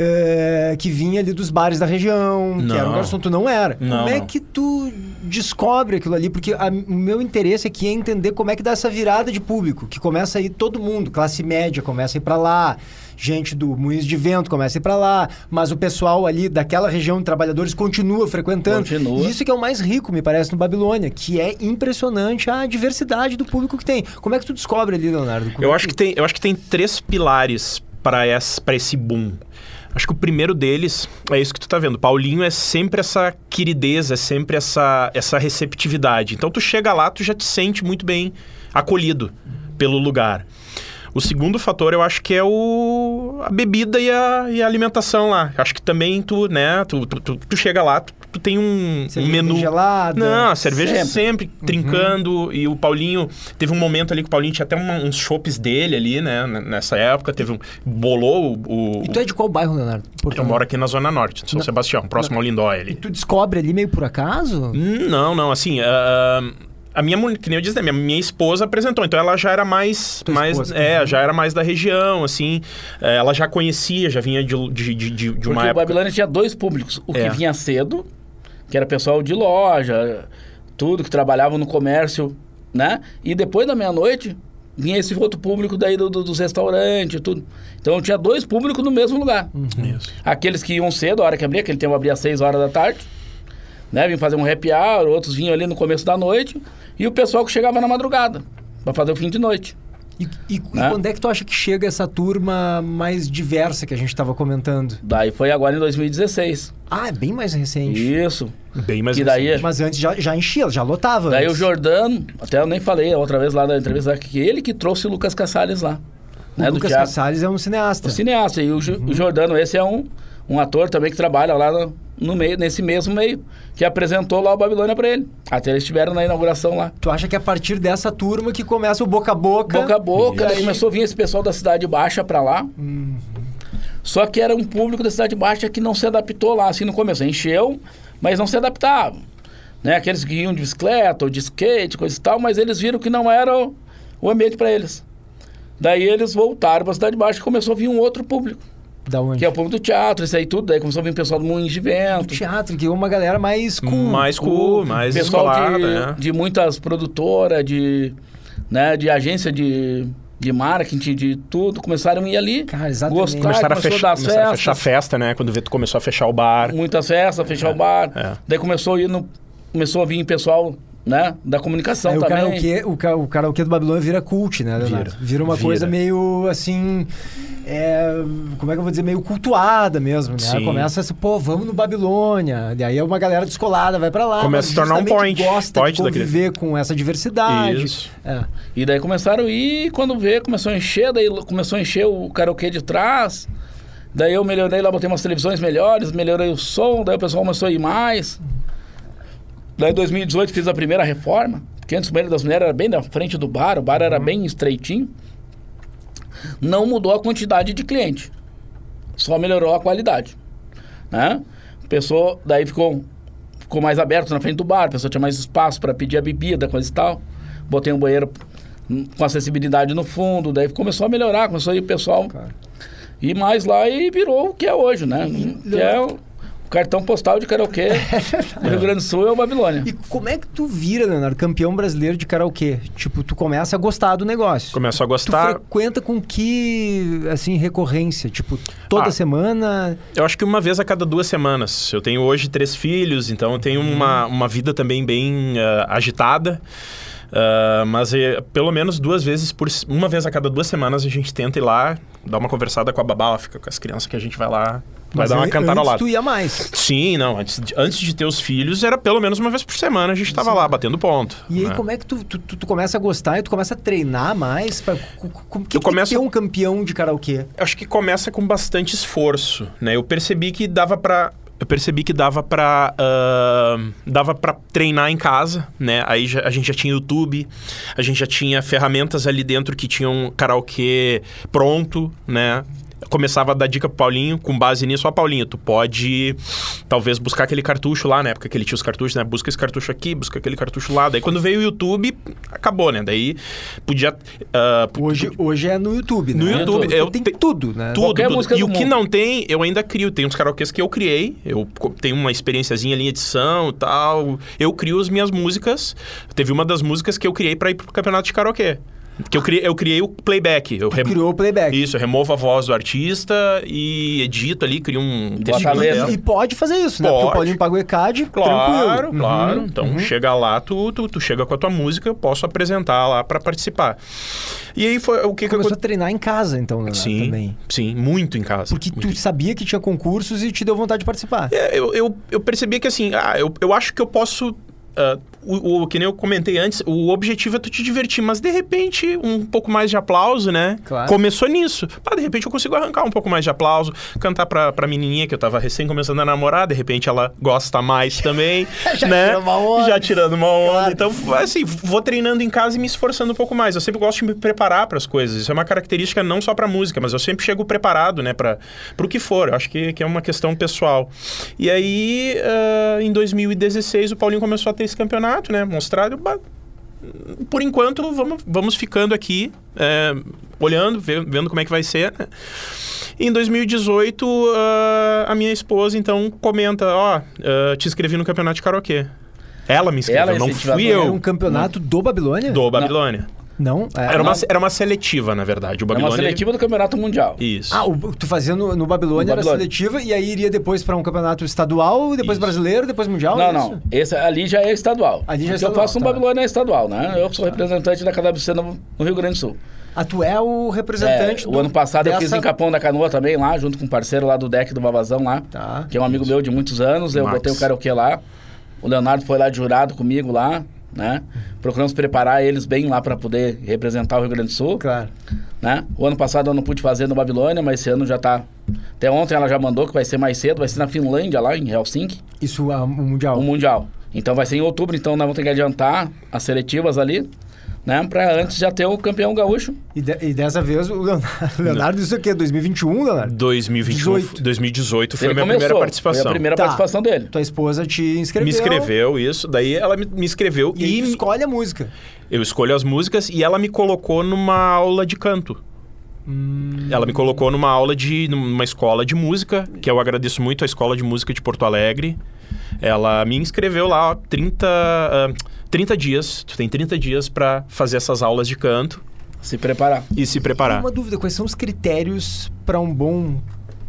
[SPEAKER 1] é, que vinha ali dos bares da região,
[SPEAKER 3] Não.
[SPEAKER 1] que era um garçom, tu não era.
[SPEAKER 3] Não,
[SPEAKER 1] como é
[SPEAKER 3] não.
[SPEAKER 1] que tu descobre aquilo ali? Porque a- o meu interesse aqui é entender como é que dá essa virada de público, que começa a ir todo mundo, classe média começa a ir pra lá, gente do Moinhos de Vento começa a ir pra lá, mas o pessoal ali daquela região de trabalhadores continua frequentando.
[SPEAKER 2] Continua.
[SPEAKER 1] E Isso que é o mais rico, me parece, no Babilônia, que é impressionante a diversidade do público que tem. Como é que tu descobre ali, Leonardo? Como é
[SPEAKER 3] Eu acho que tem, eu acho que tem três pilares para esse, pra esse boom. Acho que o primeiro deles é isso que tu tá vendo. Paulinho é sempre essa queridez, é sempre essa, essa receptividade. Então tu chega lá, tu já te sente muito bem acolhido pelo lugar. O segundo fator eu acho que é o, a bebida e a, e a alimentação lá. Acho que também tu, né, tu, tu, tu, tu chega lá, tu, tu tem um, um
[SPEAKER 1] Cerveja
[SPEAKER 3] menu.
[SPEAKER 1] gelada.
[SPEAKER 3] Não, a cerveja
[SPEAKER 2] Sempre. Uhum.
[SPEAKER 3] sempre, trincando. E o Paulinho, teve um momento ali que o Paulinho tinha até uma- uns chopes dele ali, né? n- Nessa época, teve um. Bolou o. o-
[SPEAKER 2] Então
[SPEAKER 1] E tu é de qual bairro, Leonardo? Porto
[SPEAKER 3] Eu
[SPEAKER 1] Alegre.
[SPEAKER 3] moro aqui na Zona Norte, São Sebastião, próximo ao Lindóia ali.
[SPEAKER 1] Tu descobre ali meio por acaso?
[SPEAKER 3] Hum, Não, não, assim. ah, a minha, mu- que nem eu disse, né, minha, minha esposa apresentou, então ela já era mais,
[SPEAKER 1] Tua
[SPEAKER 3] mais
[SPEAKER 1] esposa,
[SPEAKER 2] né?
[SPEAKER 3] é, já era mais da região, assim, eh, ela já conhecia, já vinha de, de, de, de- de uma
[SPEAKER 2] Porque o
[SPEAKER 3] época.
[SPEAKER 2] Babilônia tinha dois públicos. O
[SPEAKER 3] É.
[SPEAKER 2] que vinha cedo, que era pessoal de loja, tudo que trabalhava no comércio, né? E depois da meia-noite, vinha esse outro público daí do, do- dos restaurantes, tudo. Então tinha dois públicos no mesmo lugar.
[SPEAKER 3] Isso.
[SPEAKER 2] Aqueles que iam cedo, a hora que abria, aquele tempo abria às 6 horas da tarde, né? Vinham fazer um happy hour, outros vinham ali no começo da noite. E o pessoal que chegava na madrugada, pra fazer o fim de noite.
[SPEAKER 1] E, e- e
[SPEAKER 2] Ah.
[SPEAKER 1] quando é que tu acha que chega essa turma mais diversa que a gente tava comentando?
[SPEAKER 2] Daí foi agora em 2016.
[SPEAKER 1] Ah, é bem mais recente.
[SPEAKER 2] Isso.
[SPEAKER 3] Bem mais assim.
[SPEAKER 2] Que daí- é
[SPEAKER 1] Mas antes já, já enchia, já lotava.
[SPEAKER 2] Daí o
[SPEAKER 1] antes.
[SPEAKER 2] Jordano, até eu nem falei a outra vez lá na entrevista, que ele que trouxe o Lucas Casales lá.
[SPEAKER 1] O
[SPEAKER 2] né,
[SPEAKER 1] Lucas Uhum.
[SPEAKER 2] do teatro.
[SPEAKER 1] Casales é um cineasta.
[SPEAKER 2] O cineasta. E o, Ju- o Jordano, esse é um, um ator também que trabalha lá no, no meio, nesse mesmo meio, que apresentou lá o Babilônia pra ele. Até eles estiveram na inauguração lá.
[SPEAKER 1] Tu acha que é a partir dessa turma que começa o boca a boca?
[SPEAKER 2] Boca a boca,
[SPEAKER 1] Isso.
[SPEAKER 2] daí começou a vir esse pessoal da Cidade Baixa pra lá. Só que era um público da Cidade Baixa que não se adaptou lá, assim, no começo. Encheu, mas não se adaptavam. Né? Aqueles que iam de bicicleta ou de skate, coisa e tal, mas eles viram que não era o, o ambiente pra eles. Daí eles voltaram pra Cidade Baixa e começou a vir um outro público,
[SPEAKER 1] Da onde?
[SPEAKER 2] que é o público do teatro, isso aí tudo. Daí começou a vir pessoal do mundo de vento,
[SPEAKER 1] Teatro, que é uma galera mais cool.
[SPEAKER 3] mais cool, mais
[SPEAKER 2] pessoal
[SPEAKER 3] escolada,
[SPEAKER 2] de,
[SPEAKER 3] né?
[SPEAKER 2] de muitas produtoras, de, né, de agência de, de marketing, de tudo, começaram a ir ali.
[SPEAKER 1] Cara, exatamente.
[SPEAKER 2] gostaram,
[SPEAKER 3] Começaram a,
[SPEAKER 2] começou a
[SPEAKER 3] fechar,
[SPEAKER 2] dar
[SPEAKER 3] começaram a
[SPEAKER 2] festas,
[SPEAKER 3] fechar festa, né? Quando vê- tu começou a fechar o bar.
[SPEAKER 2] muitas festas, fechar o bar.
[SPEAKER 3] é.
[SPEAKER 2] Daí começou a, ir no, começou a vir pessoal né, da comunicação
[SPEAKER 3] Então
[SPEAKER 1] Aí o
[SPEAKER 2] também.
[SPEAKER 1] karaokê, o, ca, o karaokê do Babilônia vira cult, né, Leonardo? Vira,
[SPEAKER 3] Vira.
[SPEAKER 1] uma
[SPEAKER 3] Vira.
[SPEAKER 1] coisa meio assim. é, como é que eu vou dizer? Meio cultuada mesmo, né?
[SPEAKER 3] Sim.
[SPEAKER 1] Começa assim, pô, vamos no Babilônia. E aí é uma galera descolada, vai pra lá.
[SPEAKER 3] Começa
[SPEAKER 1] mas
[SPEAKER 3] a se tornar um
[SPEAKER 1] justamente
[SPEAKER 3] point,
[SPEAKER 1] gosta
[SPEAKER 3] point
[SPEAKER 1] de
[SPEAKER 3] daquele-
[SPEAKER 1] conviver com essa diversidade.
[SPEAKER 3] Isso.
[SPEAKER 1] É.
[SPEAKER 2] E daí começaram a ir, quando vê, começou a encher, daí começou a encher o karaokê de trás. Daí eu melhorei lá, botei umas televisões melhores, melhorei o som, daí o pessoal começou a ir mais. Daí em 2018 fiz a primeira reforma, porque antes o banheiro das mulheres era bem na frente do bar, o bar era bem estreitinho. Não mudou a quantidade de cliente, só melhorou a qualidade. Né? A pessoa, daí ficou, ficou mais aberto na frente do bar, a pessoa tinha mais espaço para pedir a bebida, coisa e tal. Botei um banheiro hum, com acessibilidade no fundo, daí começou a melhorar, começou a ir o pessoal
[SPEAKER 1] Claro.
[SPEAKER 2] ir mais lá e virou o que é hoje, né?
[SPEAKER 1] Uhum.
[SPEAKER 2] Que é o o cartão postal de karaokê do Rio Grande do Sul é o Babilônia.
[SPEAKER 1] É E como é que tu vira, Leonardo, campeão brasileiro de karaokê? Tipo, tu começa a gostar do negócio.
[SPEAKER 3] Começou a
[SPEAKER 1] Tu
[SPEAKER 3] gostar.
[SPEAKER 1] frequenta com que, assim, recorrência? Tipo, toda
[SPEAKER 3] Ah.
[SPEAKER 1] semana?
[SPEAKER 3] Eu acho que uma vez a cada duas semanas. Eu tenho hoje três filhos, então eu tenho uma,
[SPEAKER 1] Hum.
[SPEAKER 3] uma vida também bem ah, agitada. Ah, mas eh, pelo menos duas vezes por se- uma vez a cada duas semanas a gente tenta ir lá dar uma conversada com a babá, ela fica com as crianças que a gente vai lá vai
[SPEAKER 1] Mas
[SPEAKER 3] dar uma
[SPEAKER 1] an-
[SPEAKER 3] cantada ao
[SPEAKER 1] antes
[SPEAKER 3] lado.
[SPEAKER 1] tu ia mais.
[SPEAKER 3] Sim, não. Antes de, antes de ter os filhos era pelo menos uma vez por semana a gente estava lá batendo ponto.
[SPEAKER 1] E aí,
[SPEAKER 3] né?
[SPEAKER 1] como é que tu, tu, tu- tu começa a gostar e tu começa a treinar mais? Pra, co- co- como que
[SPEAKER 3] Eu
[SPEAKER 1] tem que
[SPEAKER 3] começo-
[SPEAKER 1] ter um campeão de karaokê?
[SPEAKER 3] acho que começa com bastante esforço, né? Eu percebi que dava pra eu percebi que dava pra ahn, dava para treinar em casa, né? Aí já- a gente já tinha YouTube, a gente já tinha ferramentas ali dentro que tinham karaokê pronto, né? Eu Começava a dar dica pro Paulinho, com base nisso, ó, Paulinho, tu pode talvez buscar aquele cartucho lá, na época que ele tinha os cartuchos, né? Busca esse cartucho aqui, busca aquele cartucho lá. Daí quando veio o YouTube, acabou, né? Daí podia. ah,
[SPEAKER 1] Hoje, hoje é no YouTube, né?
[SPEAKER 3] No YouTube,
[SPEAKER 1] Então,
[SPEAKER 3] eu
[SPEAKER 1] tem
[SPEAKER 3] te-
[SPEAKER 1] tudo, né?
[SPEAKER 3] tudo,
[SPEAKER 2] Qualquer
[SPEAKER 3] tudo.
[SPEAKER 2] música
[SPEAKER 3] E
[SPEAKER 2] do
[SPEAKER 3] o que
[SPEAKER 2] mundo.
[SPEAKER 3] não tem, eu ainda crio. Tem uns karaokês que eu criei. Eu co- tenho uma experiênciazinha ali em edição e tal. Eu crio as minhas músicas. Teve uma das músicas que eu criei pra ir pro campeonato de karaokê. Porque eu criei, eu criei o playback. Eu remo-
[SPEAKER 1] Criou o playback.
[SPEAKER 3] Isso, eu removo a voz do artista e edito ali, crio um texto
[SPEAKER 2] a letra.
[SPEAKER 3] dela.
[SPEAKER 1] E, e pode fazer isso, né? Porque o
[SPEAKER 3] Pode.
[SPEAKER 1] Paulinho pagou ECAD,
[SPEAKER 3] Claro,
[SPEAKER 1] tranquilo. Uhum.
[SPEAKER 3] claro. Então chega lá, tu, tu, tu chega com a tua música, eu posso apresentar lá pra participar. E aí foi o que, que
[SPEAKER 1] Começou a
[SPEAKER 3] aconteceu?
[SPEAKER 1] treinar em casa, então, Leonardo,
[SPEAKER 3] Sim,
[SPEAKER 1] também.
[SPEAKER 3] sim, muito em casa.
[SPEAKER 1] Porque
[SPEAKER 3] muito
[SPEAKER 1] tu sabia que tinha concursos e te deu vontade de participar.
[SPEAKER 3] É, eu, eu, eu percebi que assim, ah, eu, eu acho que eu posso. ah, o, o- que nem eu comentei antes, o objetivo é tu te divertir, mas de repente um pouco mais de aplauso, né?
[SPEAKER 1] Claro.
[SPEAKER 3] Começou nisso. Ah, de repente eu consigo arrancar um pouco mais de aplauso, cantar pra, pra menininha que eu tava recém começando a namorar, de repente ela gosta mais também,
[SPEAKER 1] Já
[SPEAKER 3] né?
[SPEAKER 1] tirou uma onda.
[SPEAKER 3] Já tirando uma onda.
[SPEAKER 1] Claro.
[SPEAKER 3] Então, assim, vou treinando em casa e me esforçando um pouco mais. Eu sempre gosto de me preparar pras coisas. Isso é uma característica não só pra música, mas eu sempre chego preparado, né, para pro que for. Eu acho que, que é uma questão pessoal. E aí, ah, em 2016, o Paulinho começou a ter esse campeonato, né, mostrado. Bah, por enquanto, vamos, vamos ficando aqui, é, olhando, ve- vendo como é que vai ser. né? Em 2018, ah, a minha esposa, então, comenta, ó, ah, te inscrevi no campeonato de karaokê. Ela me inscreveu,
[SPEAKER 2] Ela é
[SPEAKER 3] não fui
[SPEAKER 2] incentivadora.
[SPEAKER 3] eu.
[SPEAKER 1] Era um campeonato do Babilônia?
[SPEAKER 3] Do Babilônia.
[SPEAKER 1] Não? é-
[SPEAKER 3] Era, uma,
[SPEAKER 1] não.
[SPEAKER 3] era uma seletiva, na verdade. O
[SPEAKER 2] É
[SPEAKER 3] Babilônia...
[SPEAKER 2] uma seletiva do Campeonato Mundial.
[SPEAKER 3] Isso.
[SPEAKER 1] Ah, o, tu fazia no, no Babilônia,
[SPEAKER 2] No
[SPEAKER 1] era
[SPEAKER 2] Babilônia.
[SPEAKER 1] seletiva, e aí iria depois pra um campeonato estadual, e depois
[SPEAKER 3] Isso.
[SPEAKER 1] brasileiro, depois mundial?
[SPEAKER 2] Não,
[SPEAKER 1] é isso?
[SPEAKER 2] não. Esse ali já é estadual.
[SPEAKER 1] Ali já é
[SPEAKER 2] Porque eu
[SPEAKER 1] estadual,
[SPEAKER 2] faço um
[SPEAKER 1] tá.
[SPEAKER 2] Babilônia estadual, né? Eu sou representante da Calabicena no Rio Grande do Sul.
[SPEAKER 1] Ah, tu é o representante
[SPEAKER 2] É,
[SPEAKER 1] do...
[SPEAKER 2] o ano passado eu fiz
[SPEAKER 1] dessa-
[SPEAKER 2] em Capão da Canoa também lá, junto com um parceiro lá do deck do Babazão lá,
[SPEAKER 1] Tá.
[SPEAKER 2] que é um amigo meu de muitos anos. Eu
[SPEAKER 3] Max.
[SPEAKER 2] botei o karaokê lá. O Leonardo foi lá de jurado comigo lá, né? Procuramos preparar eles bem lá pra poder representar o Rio Grande do Sul,
[SPEAKER 1] Claro.
[SPEAKER 2] né? O ano passado eu não pude fazer no Babilônia, mas esse ano já tá. Até ontem ela já mandou que vai ser mais cedo, vai ser na Finlândia lá em Helsinki
[SPEAKER 1] Isso, ah, o mundial.
[SPEAKER 2] o Mundial. Então vai ser em outubro, então nós vamos ter que adiantar as seletivas ali, né? Pra antes já ter o campeão gaúcho.
[SPEAKER 1] E, de- e dessa vez o Leonardo... Leonardo, isso aqui é 2021, Leonardo?
[SPEAKER 3] 2021,
[SPEAKER 1] 18.
[SPEAKER 3] 2018 foi a
[SPEAKER 2] Ele
[SPEAKER 3] minha
[SPEAKER 2] começou,
[SPEAKER 3] primeira
[SPEAKER 2] Foi
[SPEAKER 3] participação.
[SPEAKER 2] a primeira
[SPEAKER 1] Tá.
[SPEAKER 2] participação dele.
[SPEAKER 1] Tua esposa te inscreveu.
[SPEAKER 3] Me escreveu isso, daí ela me, me escreveu
[SPEAKER 1] E, aí
[SPEAKER 3] e,
[SPEAKER 1] tu escolhe a música.
[SPEAKER 3] eu escolho as músicas e ela me colocou numa aula de canto.
[SPEAKER 2] Hum,
[SPEAKER 3] Ela me colocou numa aula de. numa escola de música, que eu agradeço muito a escola de música de Porto Alegre. Ela me inscreveu lá, ó, 30, ah, 30 dias. Tu tem 30 dias pra fazer essas aulas de canto
[SPEAKER 2] Se preparar.
[SPEAKER 3] e se preparar.
[SPEAKER 1] Uma dúvida, quais são os critérios pra um bom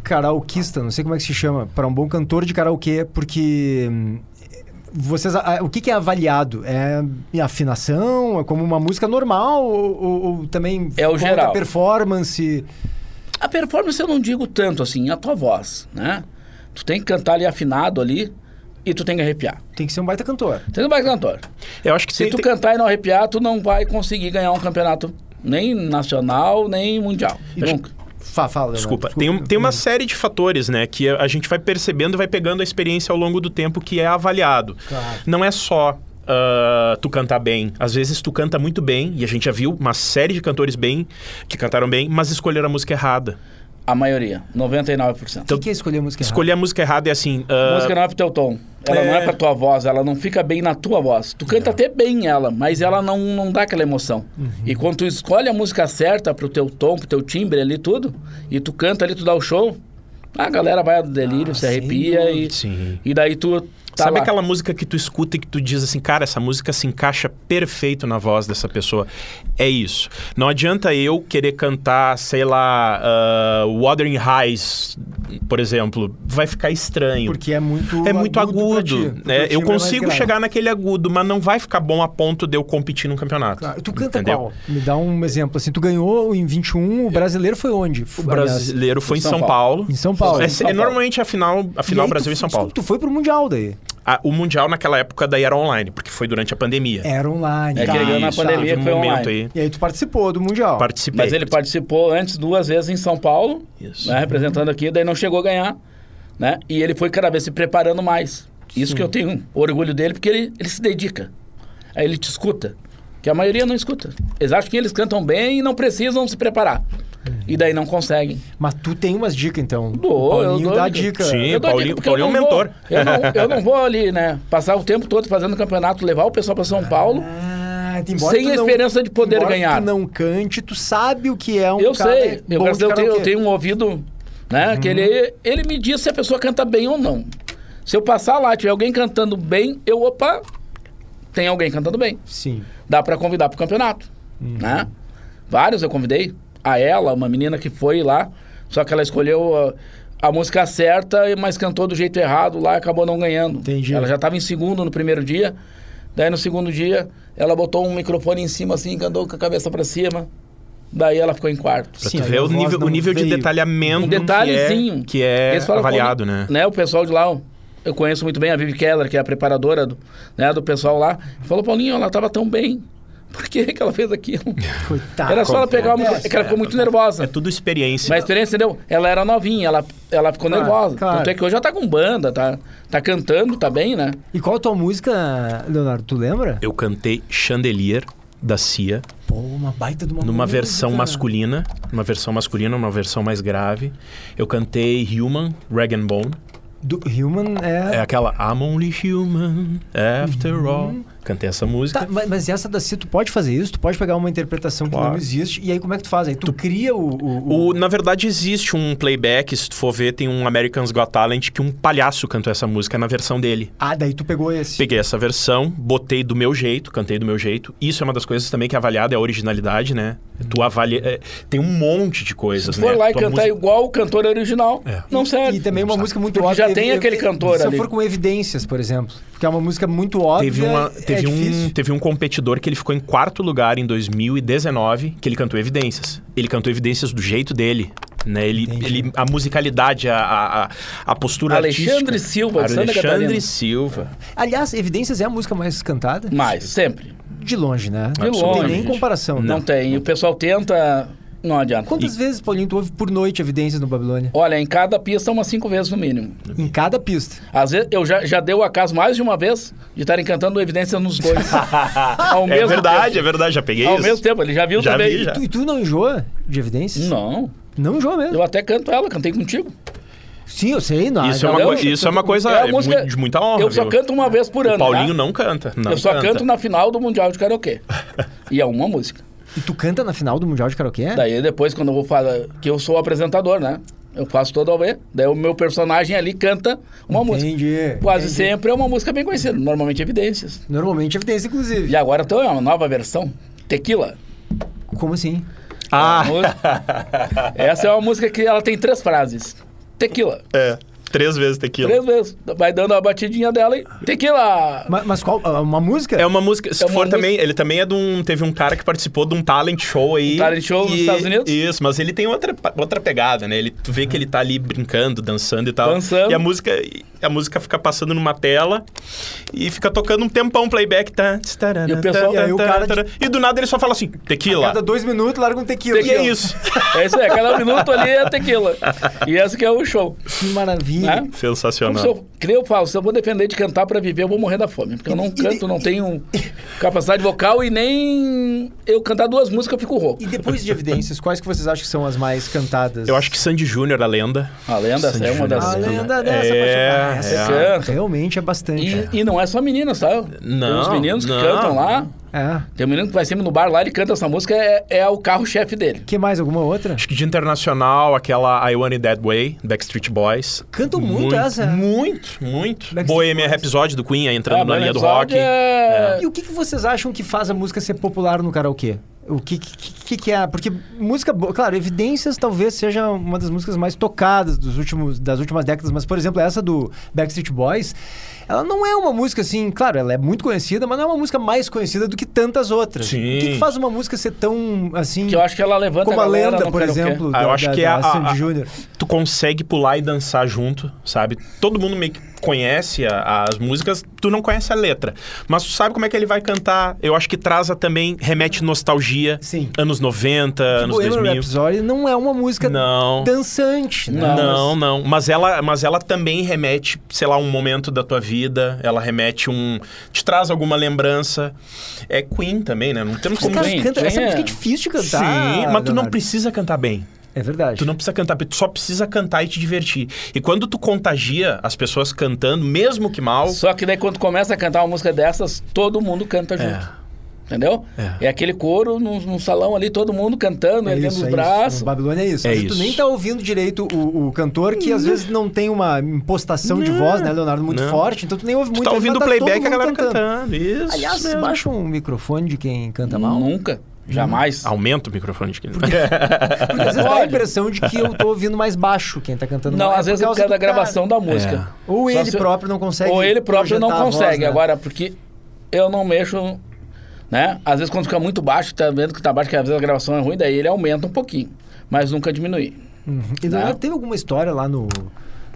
[SPEAKER 1] karaokista? Não sei como é que se chama, Pra um bom cantor de karaokê, porque hum, vocês, a- a- o que, que é avaliado? É afinação? É como uma música normal? Ou, ou- ou também
[SPEAKER 2] É o
[SPEAKER 1] conta
[SPEAKER 2] geral.
[SPEAKER 1] performance?
[SPEAKER 2] A performance eu não digo tanto assim, a tua voz, né? Tu tem que cantar ali afinado ali e tu tem que arrepiar.
[SPEAKER 1] Tem que ser um baita cantor.
[SPEAKER 2] Tu não vai cantor.
[SPEAKER 3] Eu acho que
[SPEAKER 2] Se
[SPEAKER 3] tem-
[SPEAKER 2] tu
[SPEAKER 3] tem-
[SPEAKER 2] cantar e não arrepiar, tu não vai conseguir ganhar um campeonato nem nacional, nem mundial. Nunca.
[SPEAKER 1] Fa, fala, Leonardo,
[SPEAKER 3] Desculpa, tem, um- tem
[SPEAKER 1] Hum.
[SPEAKER 3] uma série de fatores, né, que a gente vai percebendo e vai pegando a experiência ao longo do tempo que é avaliado.
[SPEAKER 1] Claro.
[SPEAKER 3] Não é só ah, tu cantar bem. Às vezes tu canta muito bem, e a gente já viu uma série de cantores bem, que cantaram bem, mas escolheram a música errada.
[SPEAKER 2] A maioria, 99%.
[SPEAKER 1] O que que é escolher a música errada?
[SPEAKER 3] Escolher a música errada é assim... ah,
[SPEAKER 2] música não é pro teu tom. Ela não é pra tua voz, ela não fica bem na tua voz. Tu
[SPEAKER 3] É.
[SPEAKER 2] canta até bem ela, mas ela não, não dá aquela emoção.
[SPEAKER 3] Uhum.
[SPEAKER 2] E quando tu escolhe a música certa pro teu tom, pro teu timbre ali, tudo, e tu canta ali, tu dá o show, a galera vai ao delírio,
[SPEAKER 1] Ah,
[SPEAKER 2] se
[SPEAKER 1] sem
[SPEAKER 2] arrepia e,
[SPEAKER 3] Sim.
[SPEAKER 2] e daí tu tá
[SPEAKER 3] Sabe
[SPEAKER 2] lá.
[SPEAKER 3] aquela música que tu escuta e que tu diz assim, cara, essa música se encaixa perfeito na voz dessa pessoa? É isso. Não adianta eu querer cantar, sei lá, ah, Wuthering Heights, por exemplo. Vai ficar estranho.
[SPEAKER 1] Porque é muito
[SPEAKER 3] é muito agudo.
[SPEAKER 1] pra ti.
[SPEAKER 3] né?
[SPEAKER 1] Pro time é
[SPEAKER 3] Eu
[SPEAKER 1] mais
[SPEAKER 3] consigo
[SPEAKER 1] grave.
[SPEAKER 3] chegar naquele agudo, mas não vai ficar bom a ponto de eu competir num campeonato.
[SPEAKER 1] Claro. Tu canta
[SPEAKER 3] entendeu?
[SPEAKER 1] qual? Me dá um exemplo. Assim, tu ganhou em 21, o brasileiro foi onde?
[SPEAKER 3] O brasileiro foi em São, Paulo.
[SPEAKER 1] Em São Paulo.
[SPEAKER 3] É,
[SPEAKER 1] São
[SPEAKER 3] é
[SPEAKER 2] Paulo.
[SPEAKER 3] normalmente a final, a final
[SPEAKER 1] aí tu-
[SPEAKER 3] Brasil e São
[SPEAKER 1] desculpa,
[SPEAKER 3] Paulo.
[SPEAKER 1] Tu foi pro Mundial daí.
[SPEAKER 3] Ah, o Mundial naquela época daí era online, porque foi durante a pandemia.
[SPEAKER 1] Era online.
[SPEAKER 2] É
[SPEAKER 1] tá.
[SPEAKER 2] que ele ganhou na
[SPEAKER 3] Isso,
[SPEAKER 2] pandemia,
[SPEAKER 3] teve um
[SPEAKER 2] foi
[SPEAKER 3] momento
[SPEAKER 2] online.
[SPEAKER 3] aí.
[SPEAKER 1] E aí tu participou do Mundial.
[SPEAKER 3] Participei.
[SPEAKER 2] Mas ele participou antes duas vezes em São Paulo,
[SPEAKER 3] Isso.
[SPEAKER 2] né, representando aqui, daí não chegou a ganhar, né? E ele foi cada vez se preparando mais. Isso que eu tenho orgulho dele, porque ele, ele se dedica. Aí ele te escuta, que a maioria não escuta. Eles acham que eles cantam bem e não precisam se preparar. E daí não conseguem.
[SPEAKER 1] Mas tu tem umas dicas, então.
[SPEAKER 2] Dou,
[SPEAKER 1] o Paulinho
[SPEAKER 2] eu dou
[SPEAKER 1] dá dica.
[SPEAKER 2] dica.
[SPEAKER 3] Sim.
[SPEAKER 2] Eu dou a
[SPEAKER 3] Paulinho-
[SPEAKER 2] porque
[SPEAKER 3] Paulinho
[SPEAKER 2] eu
[SPEAKER 3] é um
[SPEAKER 2] não vou-
[SPEAKER 3] mentor.
[SPEAKER 2] eu, não, eu não vou ali, né? Passar o tempo todo fazendo campeonato, levar o pessoal para São Paulo.
[SPEAKER 1] Ah,
[SPEAKER 2] Sem
[SPEAKER 1] tu
[SPEAKER 2] a esperança de poder
[SPEAKER 1] embora
[SPEAKER 2] ganhar.
[SPEAKER 1] Tu não cante, tu sabe o que é um
[SPEAKER 2] Eu
[SPEAKER 1] cara é
[SPEAKER 2] sei, eu,
[SPEAKER 1] bom
[SPEAKER 2] graças a
[SPEAKER 1] de
[SPEAKER 2] Deus, eu, tenho, eu
[SPEAKER 1] karaokê.
[SPEAKER 2] tenho um ouvido, né?
[SPEAKER 1] Uhum.
[SPEAKER 2] Que ele, ele me diz se a pessoa canta bem ou não. Se eu passar lá, tiver alguém cantando bem, eu, opa, tem alguém cantando bem.
[SPEAKER 1] Sim. Uhum.
[SPEAKER 2] Dá pra convidar pro campeonato, né? Vários eu convidei. A ela, uma menina que foi lá, só que ela escolheu a, a música certa, mas cantou do jeito errado lá e acabou não ganhando.
[SPEAKER 1] Entendi.
[SPEAKER 2] Ela já estava em segundo no primeiro dia. Daí no segundo dia, ela botou um microfone em cima assim, cantou com a cabeça para cima. Daí ela ficou em quarto.
[SPEAKER 3] Pra
[SPEAKER 1] Sim,
[SPEAKER 3] tu
[SPEAKER 1] aí
[SPEAKER 3] ver
[SPEAKER 1] a
[SPEAKER 3] o
[SPEAKER 1] voz
[SPEAKER 3] nível,
[SPEAKER 1] não
[SPEAKER 3] o nível de
[SPEAKER 1] veio.
[SPEAKER 3] detalhamento
[SPEAKER 2] Um detalhezinho.
[SPEAKER 3] que é,
[SPEAKER 2] Eles
[SPEAKER 3] que é
[SPEAKER 2] falam,
[SPEAKER 3] avaliado,
[SPEAKER 2] como-
[SPEAKER 3] né?
[SPEAKER 2] O pessoal de lá, ó, eu conheço muito bem a Vivi Keller, que é a preparadora do, né, do pessoal lá. Falou, Paulinho, ela tava tão bem. Por que, que ela fez aquilo?
[SPEAKER 1] Coitado.
[SPEAKER 2] Era só ela pegar uma.
[SPEAKER 1] acontece,
[SPEAKER 2] É que ela ficou muito
[SPEAKER 3] Ah, É
[SPEAKER 2] nervosa.
[SPEAKER 3] tudo experiência.
[SPEAKER 2] Mas a experiência, entendeu? Ela era novinha, ela, ela ficou
[SPEAKER 1] Claro,
[SPEAKER 2] nervosa.
[SPEAKER 1] claro.
[SPEAKER 2] Tanto é que hoje ela tá com banda, tá, tá cantando, tá bem, né?
[SPEAKER 1] E qual a tua música, Leonardo? Tu lembra?
[SPEAKER 3] Eu cantei Chandelier da Cia
[SPEAKER 1] Pô, uma baita de uma
[SPEAKER 3] numa
[SPEAKER 1] música,
[SPEAKER 3] versão
[SPEAKER 1] cara.
[SPEAKER 3] masculina, numa versão masculina, uma versão mais grave. Eu cantei Human, Rag and Bone.
[SPEAKER 1] Do Human é.
[SPEAKER 3] É aquela I'm only human after all. Cantei essa música.
[SPEAKER 1] Tá, mas, mas essa da C, tu pode fazer isso? Tu pode pegar uma interpretação que
[SPEAKER 3] Claro.
[SPEAKER 1] não existe. E aí como é que tu faz? Aí tu, cria o. o, o-
[SPEAKER 3] O- na verdade, existe um playback, se tu for ver, tem um American's Got Talent que um palhaço cantou essa música na versão dele.
[SPEAKER 1] Ah, daí tu pegou esse.
[SPEAKER 3] Peguei essa versão, botei do meu jeito, cantei do meu jeito. Isso é uma das coisas também que é avaliada, é a originalidade, né? Tu avalia... é, tem um monte de coisas,
[SPEAKER 2] Foi
[SPEAKER 3] né?
[SPEAKER 2] lá e
[SPEAKER 3] Tua
[SPEAKER 2] cantar
[SPEAKER 3] música-
[SPEAKER 2] igual o cantor original.
[SPEAKER 3] É.
[SPEAKER 2] Não serve.
[SPEAKER 1] E também uma música muito
[SPEAKER 2] Porque
[SPEAKER 1] óbvia.
[SPEAKER 2] já tem
[SPEAKER 1] Ev-
[SPEAKER 2] aquele
[SPEAKER 1] ev-
[SPEAKER 2] cantor
[SPEAKER 1] Se eu
[SPEAKER 2] ali.
[SPEAKER 1] for com Evidências, por exemplo. Que é uma música muito óbvia.
[SPEAKER 3] Teve, uma,
[SPEAKER 1] é
[SPEAKER 3] teve, um,
[SPEAKER 1] difícil.
[SPEAKER 3] teve um competidor que ele ficou em quarto lugar em 2019, que ele cantou Evidências. Ele cantou Evidências do jeito dele. Né? Ele,
[SPEAKER 1] Entendi.
[SPEAKER 3] ele, a musicalidade, a, a, a- a postura
[SPEAKER 2] Alexandre
[SPEAKER 3] artística.
[SPEAKER 2] Silva, de Santa Catarina.
[SPEAKER 3] Alexandre Silva.
[SPEAKER 1] Aliás, Evidências é a música mais cantada?
[SPEAKER 2] Mas, sempre.
[SPEAKER 1] De longe, né?
[SPEAKER 3] De
[SPEAKER 1] Não tem
[SPEAKER 2] longe,
[SPEAKER 1] nem
[SPEAKER 3] gente.
[SPEAKER 1] comparação.
[SPEAKER 2] Não,
[SPEAKER 1] né?
[SPEAKER 2] tem. E o pessoal tenta, não adianta.
[SPEAKER 1] Quantas vezes, Paulinho, tu ouve por noite Evidências no Babilônia?
[SPEAKER 2] Olha, em cada pista umas cinco vezes no mínimo.
[SPEAKER 1] Em cada pista.
[SPEAKER 2] Às vezes eu já, já deu acaso mais de uma vez de estarem cantando evidência nos dois. ao
[SPEAKER 3] É
[SPEAKER 2] mesmo
[SPEAKER 3] verdade, é
[SPEAKER 2] tempo.
[SPEAKER 3] verdade, já peguei
[SPEAKER 2] Ao
[SPEAKER 3] isso.
[SPEAKER 2] mesmo tempo, ele já viu
[SPEAKER 3] Já
[SPEAKER 2] também.
[SPEAKER 3] vi, já.
[SPEAKER 1] Tu- e tu não enjoa de Evidências?
[SPEAKER 2] Não.
[SPEAKER 1] Não enjoa mesmo.
[SPEAKER 2] Eu até canto ela, cantei contigo.
[SPEAKER 1] Sim, eu sei. Não,
[SPEAKER 3] Isso é,
[SPEAKER 1] não-
[SPEAKER 3] uma
[SPEAKER 2] Entendeu?
[SPEAKER 3] coi- isso é uma coisa
[SPEAKER 2] É a
[SPEAKER 3] é
[SPEAKER 2] música-
[SPEAKER 3] muito- de muita honra.
[SPEAKER 2] eu só
[SPEAKER 3] viu?
[SPEAKER 2] canto uma vez por
[SPEAKER 3] O
[SPEAKER 2] ano.
[SPEAKER 3] Paulinho
[SPEAKER 2] tá?
[SPEAKER 3] não canta. Não
[SPEAKER 2] Eu só
[SPEAKER 3] canta.
[SPEAKER 2] canto na final do Mundial de Karaokê. e é uma música.
[SPEAKER 1] E tu canta na final do Mundial de Karaokê?
[SPEAKER 2] Daí depois, quando eu vou falar, que eu sou o apresentador, né? Eu faço toda a ver. Daí o meu personagem ali canta uma música.
[SPEAKER 1] Entendi.
[SPEAKER 2] Quase
[SPEAKER 1] Entendi.
[SPEAKER 2] sempre é uma música bem conhecida, normalmente evidências.
[SPEAKER 1] Normalmente Evidências, inclusive.
[SPEAKER 2] E agora tem uma nova versão, Tequila.
[SPEAKER 1] Como assim?
[SPEAKER 3] Ah,
[SPEAKER 2] Música- Essa é uma música que ela tem três frases. Tequila.
[SPEAKER 3] é. Três vezes tequila.
[SPEAKER 2] Três vezes. Vai dando a batidinha dela e tequila.
[SPEAKER 1] Ma- Mas, qual? ah, Uma música?
[SPEAKER 3] É uma música. Se
[SPEAKER 2] É uma
[SPEAKER 3] for
[SPEAKER 2] música-
[SPEAKER 3] também. Ele também é de um. Teve um cara que participou de um talent show aí.
[SPEAKER 2] Um talent show nos
[SPEAKER 3] e-
[SPEAKER 2] Estados Unidos?
[SPEAKER 3] Isso, mas ele tem outra, pa- outra pegada, né? Ele, tu vê que ele tá ali brincando, dançando e tal.
[SPEAKER 2] Dançando.
[SPEAKER 3] E a música, e a música fica passando numa tela e fica tocando um tempão playback. Tá,
[SPEAKER 2] E o pessoal-
[SPEAKER 1] E aí o cara de-
[SPEAKER 3] E do nada ele só fala assim: tequila.
[SPEAKER 1] Cada dois minutos larga um tequila.
[SPEAKER 3] E é isso.
[SPEAKER 2] É isso aí, cada minuto ali é tequila. E essa que é o show.
[SPEAKER 1] Que maravilha.
[SPEAKER 2] Né? Como
[SPEAKER 3] Sensacional.
[SPEAKER 2] se eu, que nem eu falo, se eu vou depender de cantar pra viver, eu vou morrer da fome. Porque eu não canto, não tenho capacidade vocal e nem eu cantar duas músicas eu fico rouco.
[SPEAKER 1] E depois de Evidências, quais que vocês acham que são as mais cantadas?
[SPEAKER 3] Eu acho que Sandy Júnior, a lenda.
[SPEAKER 2] A lenda, essa é uma das.
[SPEAKER 1] A lenda
[SPEAKER 3] É,
[SPEAKER 1] dessa apaixonada. Essa
[SPEAKER 2] é.
[SPEAKER 1] realmente é bastante.
[SPEAKER 2] E, e não é só menina, sabe? Tem
[SPEAKER 3] Não,
[SPEAKER 2] uns meninos que
[SPEAKER 3] não.
[SPEAKER 2] cantam lá.
[SPEAKER 1] É.
[SPEAKER 2] Tem um menino que vai sempre no bar lá, ele canta essa música, é, é o carro-chefe dele.
[SPEAKER 1] Que mais? Alguma outra?
[SPEAKER 3] Acho que de internacional, aquela I Want It That Way, Backstreet Boys.
[SPEAKER 1] Cantam muito essa.
[SPEAKER 3] Muito, muito.
[SPEAKER 1] Backstreet
[SPEAKER 3] Bohemian Rhapsody do Queen, aí
[SPEAKER 2] Ah,
[SPEAKER 3] entrando na
[SPEAKER 2] Bohemian
[SPEAKER 3] linha do
[SPEAKER 2] Rhapsody
[SPEAKER 3] rock. né?
[SPEAKER 2] é-
[SPEAKER 1] E o que, que vocês acham que faz a música ser popular no karaokê? O que, que, que- que é? Porque música boa. Claro, Evidências talvez seja uma das músicas mais tocadas dos últimos, das últimas décadas, mas, por exemplo, essa do Backstreet Boys, ela não é uma música assim. Claro, ela é muito conhecida, mas não é uma música mais conhecida do que tantas outras.
[SPEAKER 3] Sim.
[SPEAKER 1] O que, que faz uma música ser tão assim.
[SPEAKER 2] Que eu acho que ela levanta
[SPEAKER 1] como a
[SPEAKER 2] galera,
[SPEAKER 1] lenda,
[SPEAKER 2] não
[SPEAKER 1] por
[SPEAKER 2] quero o quê.
[SPEAKER 1] exemplo,
[SPEAKER 3] Ah, eu
[SPEAKER 1] da-
[SPEAKER 3] acho
[SPEAKER 1] da-
[SPEAKER 3] que é
[SPEAKER 1] da
[SPEAKER 3] a- a-
[SPEAKER 1] Sandy
[SPEAKER 3] a-
[SPEAKER 1] Júnior.
[SPEAKER 3] Tu consegue pular e dançar junto, sabe? Todo mundo meio que conhece a- as músicas, tu não conhece a letra. Mas tu sabe como é que ele vai cantar. Eu acho que traz a também, remete nostalgia.
[SPEAKER 1] Sim.
[SPEAKER 3] Anos 90, anos
[SPEAKER 1] Bohemian
[SPEAKER 3] 2000.
[SPEAKER 1] Rhapsody não é uma música
[SPEAKER 3] Não.
[SPEAKER 1] dançante, né?
[SPEAKER 2] Não,
[SPEAKER 3] Não, não. Mas ela, mas ela também remete, sei lá, um momento da tua vida. Ela remete um. Te traz alguma lembrança. É Queen também, né? Não temos
[SPEAKER 1] Esse
[SPEAKER 3] como.
[SPEAKER 1] cara
[SPEAKER 2] Queen,
[SPEAKER 1] canta, essa
[SPEAKER 2] Queen é-
[SPEAKER 1] música é difícil de
[SPEAKER 3] Sim,
[SPEAKER 1] cantar.
[SPEAKER 3] mas tu não
[SPEAKER 1] Leonardo.
[SPEAKER 3] precisa cantar bem.
[SPEAKER 1] É verdade.
[SPEAKER 3] Tu não precisa cantar bem, tu só precisa cantar e te divertir. E quando tu contagia as pessoas cantando, mesmo que mal.
[SPEAKER 2] Só que daí quando começa a cantar uma música dessas, todo mundo canta junto. Entendeu?
[SPEAKER 3] É.
[SPEAKER 2] É. aquele coro num, num salão ali, todo mundo cantando,
[SPEAKER 1] É
[SPEAKER 2] erguendo
[SPEAKER 1] isso,
[SPEAKER 2] os
[SPEAKER 1] é isso.
[SPEAKER 2] braços.
[SPEAKER 1] No Babilônia é isso.
[SPEAKER 3] É
[SPEAKER 1] Às vezes Tu
[SPEAKER 3] isso.
[SPEAKER 1] nem tá ouvindo direito o, o cantor, que às vezes não tem uma impostação de voz, né, Leonardo, muito
[SPEAKER 3] Não.
[SPEAKER 1] forte, então tu nem ouve
[SPEAKER 3] Tu
[SPEAKER 1] muito.
[SPEAKER 3] tá
[SPEAKER 1] mas
[SPEAKER 3] ouvindo o
[SPEAKER 1] todo
[SPEAKER 3] playback
[SPEAKER 1] mundo
[SPEAKER 3] a galera cantando. Isso.
[SPEAKER 1] Aliás,
[SPEAKER 3] mesmo.
[SPEAKER 1] baixa um microfone de quem canta mal.
[SPEAKER 2] Nunca. Jamais.
[SPEAKER 3] Aumenta o microfone de quem
[SPEAKER 1] Porque às vezes dá a
[SPEAKER 2] Pode.
[SPEAKER 1] impressão de que eu tô ouvindo mais baixo quem tá cantando.
[SPEAKER 2] Não,
[SPEAKER 1] mais
[SPEAKER 2] às
[SPEAKER 1] por
[SPEAKER 2] vezes é por
[SPEAKER 1] causa
[SPEAKER 2] causa
[SPEAKER 1] do
[SPEAKER 2] da
[SPEAKER 1] cara. É.
[SPEAKER 2] gravação da música.
[SPEAKER 1] Ou
[SPEAKER 2] Só
[SPEAKER 1] ele
[SPEAKER 2] se-
[SPEAKER 1] próprio não consegue.
[SPEAKER 2] Ou ele próprio não
[SPEAKER 1] projetar a voz,
[SPEAKER 2] consegue.
[SPEAKER 1] né?
[SPEAKER 2] Agora, porque eu não mexo, né? Às vezes quando fica muito baixo, tá vendo que tá baixo, que às vezes a gravação é ruim, daí ele aumenta um pouquinho. Mas nunca diminui.
[SPEAKER 1] E Leonardo,
[SPEAKER 2] Né?
[SPEAKER 1] teve alguma história lá no,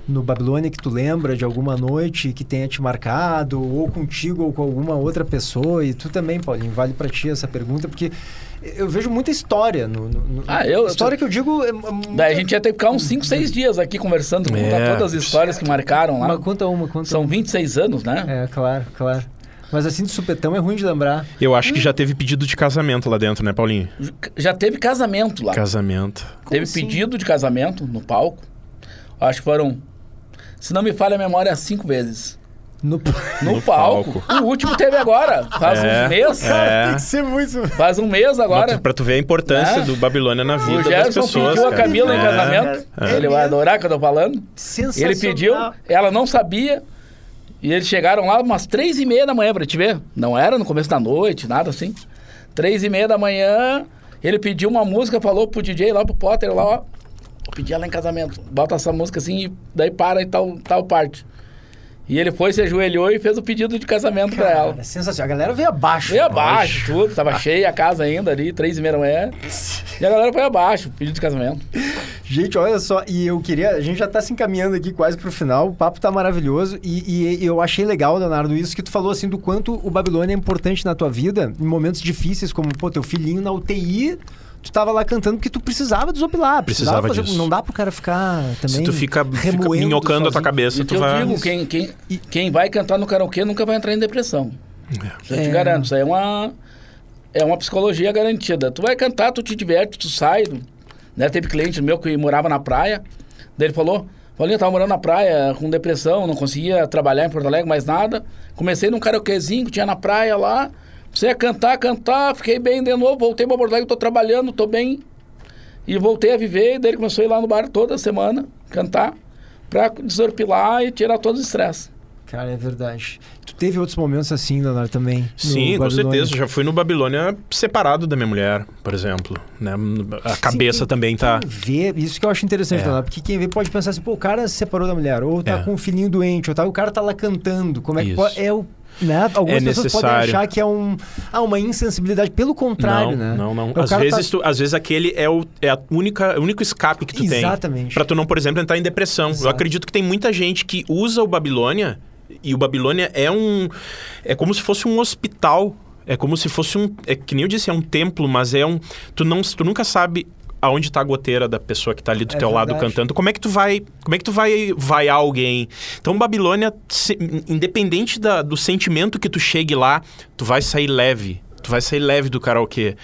[SPEAKER 1] no Babilônia que tu lembra de alguma noite que tenha te marcado, ou contigo, ou com alguma outra pessoa? E tu também, Paulinho, vale pra ti essa pergunta, porque eu vejo muita história no. no- no-
[SPEAKER 2] Ah, eu-
[SPEAKER 1] História que eu digo. É, é muita-
[SPEAKER 2] Daí a gente ia ter que ficar uns 5, 6 dias aqui conversando,
[SPEAKER 3] É.
[SPEAKER 2] contar todas as histórias que marcaram lá.
[SPEAKER 1] Uma conta uma, conta
[SPEAKER 2] São 26 anos, né?
[SPEAKER 1] É, claro, claro. Mas assim de supetão é ruim de lembrar.
[SPEAKER 3] Eu acho que já teve pedido de casamento lá dentro, né, Paulinho?
[SPEAKER 2] Já teve casamento lá.
[SPEAKER 3] Casamento.
[SPEAKER 2] Teve
[SPEAKER 1] É. assim?
[SPEAKER 2] pedido de casamento no palco. Acho que foram, se não me falha a memória, cinco vezes.
[SPEAKER 1] No...
[SPEAKER 2] No,
[SPEAKER 3] No
[SPEAKER 2] palco. O último teve agora. Faz
[SPEAKER 3] É,
[SPEAKER 2] um mês.
[SPEAKER 3] é.
[SPEAKER 1] que ser muito.
[SPEAKER 2] Faz um mês
[SPEAKER 3] Agora,
[SPEAKER 2] agora.
[SPEAKER 3] pra tu ver a importância
[SPEAKER 2] Né?
[SPEAKER 3] do Babilônia na vida
[SPEAKER 2] O
[SPEAKER 3] das
[SPEAKER 2] Gerson
[SPEAKER 3] pessoas.
[SPEAKER 2] pediu a
[SPEAKER 3] cara.
[SPEAKER 2] Camila em
[SPEAKER 3] É.
[SPEAKER 2] casamento.
[SPEAKER 1] é.
[SPEAKER 2] Ele vai adorar que eu tô falando.
[SPEAKER 1] Sensacional.
[SPEAKER 2] Ele pediu, ela não sabia. E eles chegaram lá umas três e meia da manhã pra te ver. Não era no começo da noite, nada assim. Três e meia da manhã, ele pediu uma música, falou pro DJ lá, pro Potter lá, ó. Eu pedi ela em casamento. Bota essa música assim e daí para em tal, tal parte. E ele foi, se ajoelhou e fez o pedido de casamento pra ela.
[SPEAKER 1] Cara, sensacional. A galera veio abaixo.
[SPEAKER 2] Veio abaixo, tudo. Tava cheia a casa ainda ali, três e meia da manhã. E a galera foi abaixo, pedido de casamento.
[SPEAKER 1] Gente, olha só, e eu queria. A gente já tá se encaminhando aqui quase pro final, o papo tá maravilhoso. E, e eu achei legal, Leonardo, isso que tu falou assim do quanto o Babilônia é importante na tua vida, em momentos difíceis, como, pô, teu filhinho na UTI. Tu tava lá cantando porque tu precisava desopilar, precisava,
[SPEAKER 3] Precisava
[SPEAKER 1] fazer.
[SPEAKER 3] disso.
[SPEAKER 1] Não dá pro cara ficar também.
[SPEAKER 3] Se tu fica, fica
[SPEAKER 1] remoendo
[SPEAKER 3] minhocando a tua
[SPEAKER 1] sozinho.
[SPEAKER 3] cabeça,
[SPEAKER 2] E que
[SPEAKER 3] tu
[SPEAKER 2] eu
[SPEAKER 3] vai.
[SPEAKER 2] digo, quem, quem, quem vai cantar no karaokê nunca vai entrar em depressão. Isso Eu
[SPEAKER 1] É.
[SPEAKER 2] te garanto, isso aí é uma, é uma psicologia garantida. Tu vai cantar, tu te diverte, tu sai. tu- né? Teve cliente meu que morava na praia, daí ele falou, Paulinho, eu tava morando na praia com depressão, não conseguia trabalhar em Porto Alegre, mais nada. Comecei num karaokezinho que tinha na praia lá, comecei a cantar, cantar, fiquei bem de novo, voltei pra Porto Alegre, tô trabalhando, tô bem, e voltei a viver, e daí ele começou a ir lá no bar toda semana, cantar, pra desorpilar e tirar todo o estresse.
[SPEAKER 1] Cara, é verdade. Tu teve outros momentos assim, Leonardo, também. no
[SPEAKER 3] Sim, com
[SPEAKER 1] Babilônia.
[SPEAKER 3] certeza. Já fui no Babilônia separado da minha mulher, por exemplo. né? A cabeça
[SPEAKER 1] quem-
[SPEAKER 3] também tá.
[SPEAKER 1] Quem vê, isso que eu acho interessante,
[SPEAKER 3] É.
[SPEAKER 1] Leonardo, porque quem vê pode pensar assim, pô, o cara se separou da mulher, ou tá
[SPEAKER 3] É.
[SPEAKER 1] com um filhinho doente, ou tá, o cara tá lá cantando. Como é que
[SPEAKER 3] Isso.
[SPEAKER 1] pode. É o. Né? Algumas
[SPEAKER 3] É
[SPEAKER 1] pessoas podem
[SPEAKER 3] necessário.
[SPEAKER 1] achar que é um, ah, uma insensibilidade. Pelo contrário,
[SPEAKER 3] não,
[SPEAKER 1] né?
[SPEAKER 3] não, não.
[SPEAKER 1] O
[SPEAKER 3] Às
[SPEAKER 1] cara
[SPEAKER 3] vezes, tu- às vezes aquele é o, é a única, o único escape que tu tem.
[SPEAKER 1] Exatamente.
[SPEAKER 3] Pra tu não, por exemplo, entrar em depressão.
[SPEAKER 1] Exato.
[SPEAKER 3] Eu acredito que tem muita gente que usa o Babilônia e o Babilônia é um é como se fosse um hospital, é como se fosse um, é que nem eu disse, é um templo, mas é um tu não tu nunca sabe aonde tá a goteira da pessoa que tá ali do
[SPEAKER 1] É
[SPEAKER 3] teu lado
[SPEAKER 1] verdade.
[SPEAKER 3] cantando. Como é que tu vai, como é que tu vai vai alguém? Então Babilônia se- independente da- do sentimento que tu chegue lá, tu vai sair leve. Tu vai sair leve do karaokê.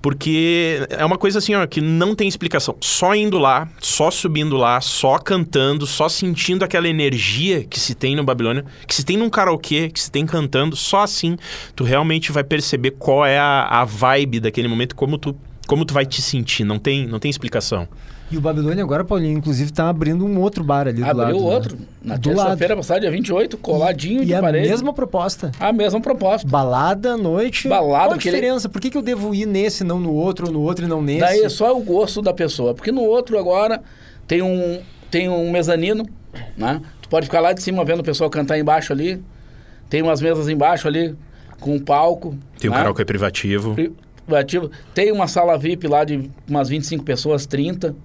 [SPEAKER 3] Porque é uma coisa assim, ó, que não tem explicação. Só indo lá, só subindo lá, só cantando, só sentindo aquela energia que se tem no Babilônia, que se tem num karaokê, que se tem cantando, só assim tu realmente vai perceber qual é a, a vibe daquele momento, como tu, como tu vai te sentir. Não tem, não tem explicação.
[SPEAKER 1] E o Babilônia agora, Paulinho, inclusive, tá abrindo um outro bar ali do lado.
[SPEAKER 2] Abriu
[SPEAKER 1] né?
[SPEAKER 2] outro, na
[SPEAKER 1] Do lado.
[SPEAKER 2] terça-feira passada, dia 28, coladinho
[SPEAKER 1] E
[SPEAKER 2] de
[SPEAKER 1] é a
[SPEAKER 2] parede.
[SPEAKER 1] mesma proposta.
[SPEAKER 2] A mesma proposta.
[SPEAKER 1] Balada, à noite.
[SPEAKER 2] Balada,
[SPEAKER 1] Qual a
[SPEAKER 2] que ele-
[SPEAKER 1] diferença? Por que, que eu devo ir nesse, não no outro, ou no outro e não nesse?
[SPEAKER 2] Daí é só o gosto da pessoa. Porque no outro agora tem um, tem um mezanino, né? Tu pode ficar lá de cima vendo o pessoal cantar embaixo ali. Tem umas mesas embaixo ali, com um palco.
[SPEAKER 3] Tem o
[SPEAKER 2] né?
[SPEAKER 3] karaokê privativo.
[SPEAKER 2] privativo. é, tipo, Tem uma sala VIP lá de umas 25 pessoas, 30.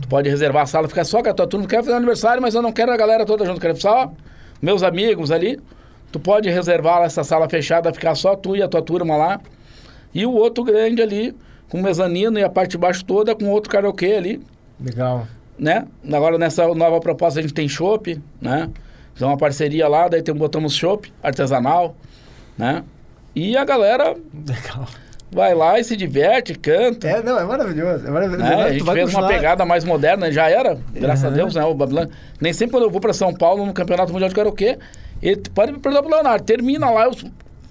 [SPEAKER 2] Tu pode reservar a sala, ficar só com a tua turma. Quero fazer aniversário, mas eu não quero a galera toda junto. Quero só meus amigos ali. Tu pode reservar essa sala fechada, ficar só tu e a tua turma lá. E o outro grande ali, com mezanino e a parte de baixo toda, com outro karaokê ali
[SPEAKER 1] Legal.
[SPEAKER 2] né? Agora nessa nova proposta a gente tem chopp, né? Então uma parceria lá, daí tem, botamos chopp artesanal, né? E a galera
[SPEAKER 1] Legal.
[SPEAKER 2] vai lá e se diverte, canta.
[SPEAKER 1] É, não, é maravilhoso. É maravilhoso.
[SPEAKER 2] né?
[SPEAKER 1] Leonardo,
[SPEAKER 2] a
[SPEAKER 1] tu
[SPEAKER 2] gente
[SPEAKER 1] vai
[SPEAKER 2] fez
[SPEAKER 1] continuar-
[SPEAKER 2] uma pegada mais moderna, já era, graças
[SPEAKER 1] Aham.
[SPEAKER 2] a Deus, né? O Babilônia. Nem sempre quando eu vou pra São Paulo no Campeonato Mundial de Karaokê, ele pode me perguntar pro Leonardo, termina lá, eu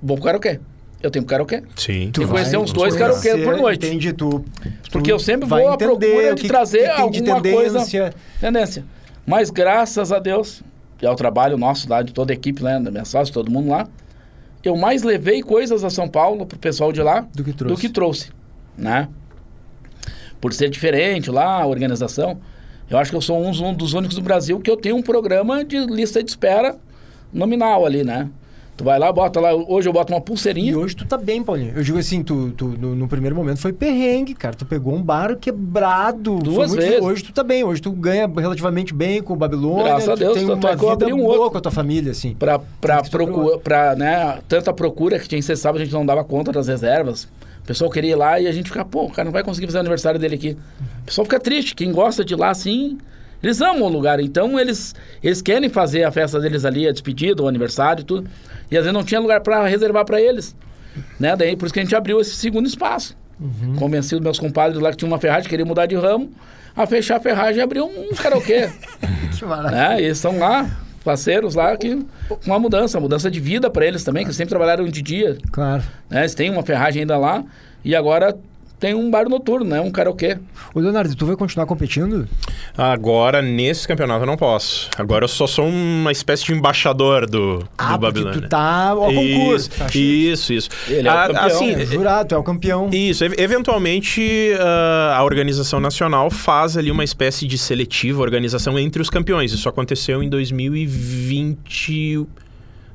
[SPEAKER 2] vou pro karaokê. Eu tenho pro karaokê.
[SPEAKER 3] Sim.
[SPEAKER 1] Tu
[SPEAKER 2] Eu
[SPEAKER 1] vai
[SPEAKER 2] conheci uns dois
[SPEAKER 1] conhecer,
[SPEAKER 2] karaokê por noite.
[SPEAKER 1] Entendi, tu.
[SPEAKER 2] Porque
[SPEAKER 1] tu
[SPEAKER 2] eu sempre
[SPEAKER 1] vai
[SPEAKER 2] vou à
[SPEAKER 1] entender
[SPEAKER 2] procura
[SPEAKER 1] o
[SPEAKER 2] de
[SPEAKER 1] que-
[SPEAKER 2] trazer
[SPEAKER 1] que tem de
[SPEAKER 2] alguma coisa.
[SPEAKER 1] tendência.
[SPEAKER 2] Tendência. Mas graças a Deus, e ao trabalho nosso lá, de toda a equipe, né, da minha sócia, todo mundo lá, eu mais levei coisas a São Paulo pro pessoal de lá
[SPEAKER 1] Do que trouxe.
[SPEAKER 2] do que trouxe. né? Por ser diferente lá, a organização. Eu acho que eu sou um, um dos únicos do Brasil que eu tenho um programa de lista de espera nominal ali, né? Tu vai lá, bota lá. Hoje eu boto uma pulseirinha.
[SPEAKER 1] E hoje tu tá bem, Paulinho. Eu digo assim, tu, tu no, no primeiro momento foi perrengue, cara. Tu pegou um bar quebrado.
[SPEAKER 2] Duas
[SPEAKER 1] foi muito-
[SPEAKER 2] vezes.
[SPEAKER 1] Hoje tu tá bem. Hoje tu ganha relativamente bem com o Babilônia.
[SPEAKER 2] Graças a
[SPEAKER 1] tu
[SPEAKER 2] Deus,
[SPEAKER 1] tem
[SPEAKER 2] tanto
[SPEAKER 1] uma
[SPEAKER 2] é que eu
[SPEAKER 1] vida
[SPEAKER 2] abri um
[SPEAKER 1] boa
[SPEAKER 2] outro.
[SPEAKER 1] com a tua família, assim.
[SPEAKER 2] para pra
[SPEAKER 1] Tem que procurar.
[SPEAKER 2] procura, pra, né, tanta procura que tinha em ser sábado, a gente não dava conta das reservas. O pessoal queria ir lá e a gente fica, pô, o cara não vai conseguir fazer o aniversário dele aqui. O pessoal fica triste, quem gosta de ir lá assim, eles amam o lugar, então eles eles querem fazer a festa deles ali, a despedida, o aniversário e tudo. E às vezes não tinha lugar para reservar para eles, né? Daí por isso que a gente abriu esse segundo espaço.
[SPEAKER 1] Uhum.
[SPEAKER 2] Convenci os meus compadres lá que tinha uma ferragem, queria mudar de ramo, a fechar a ferragem e abrir um karaokê.
[SPEAKER 1] Que maravilha.
[SPEAKER 2] né? E eles estão lá, parceiros lá, que com uma mudança, mudança de vida para eles também, que sempre trabalharam de dia,
[SPEAKER 1] Claro.
[SPEAKER 2] né? Eles têm uma ferragem ainda lá e agora tem um bar noturno, né? Um karaokê.
[SPEAKER 1] Ô, Leonardo, tu vai continuar competindo?
[SPEAKER 3] Agora, nesse campeonato, eu não posso. Agora eu só sou uma espécie de embaixador do, do
[SPEAKER 1] porque
[SPEAKER 3] Babilônia.
[SPEAKER 1] tu tá ao concurso.
[SPEAKER 3] Isso,
[SPEAKER 1] Tá cheio.
[SPEAKER 3] isso, isso.
[SPEAKER 2] Ele é o campeão,
[SPEAKER 3] assim,
[SPEAKER 1] É jurado, tu é o campeão.
[SPEAKER 3] Isso, ev- eventualmente ah, a organização nacional faz ali uma espécie de seletiva organização entre os campeões. Isso aconteceu em 2020.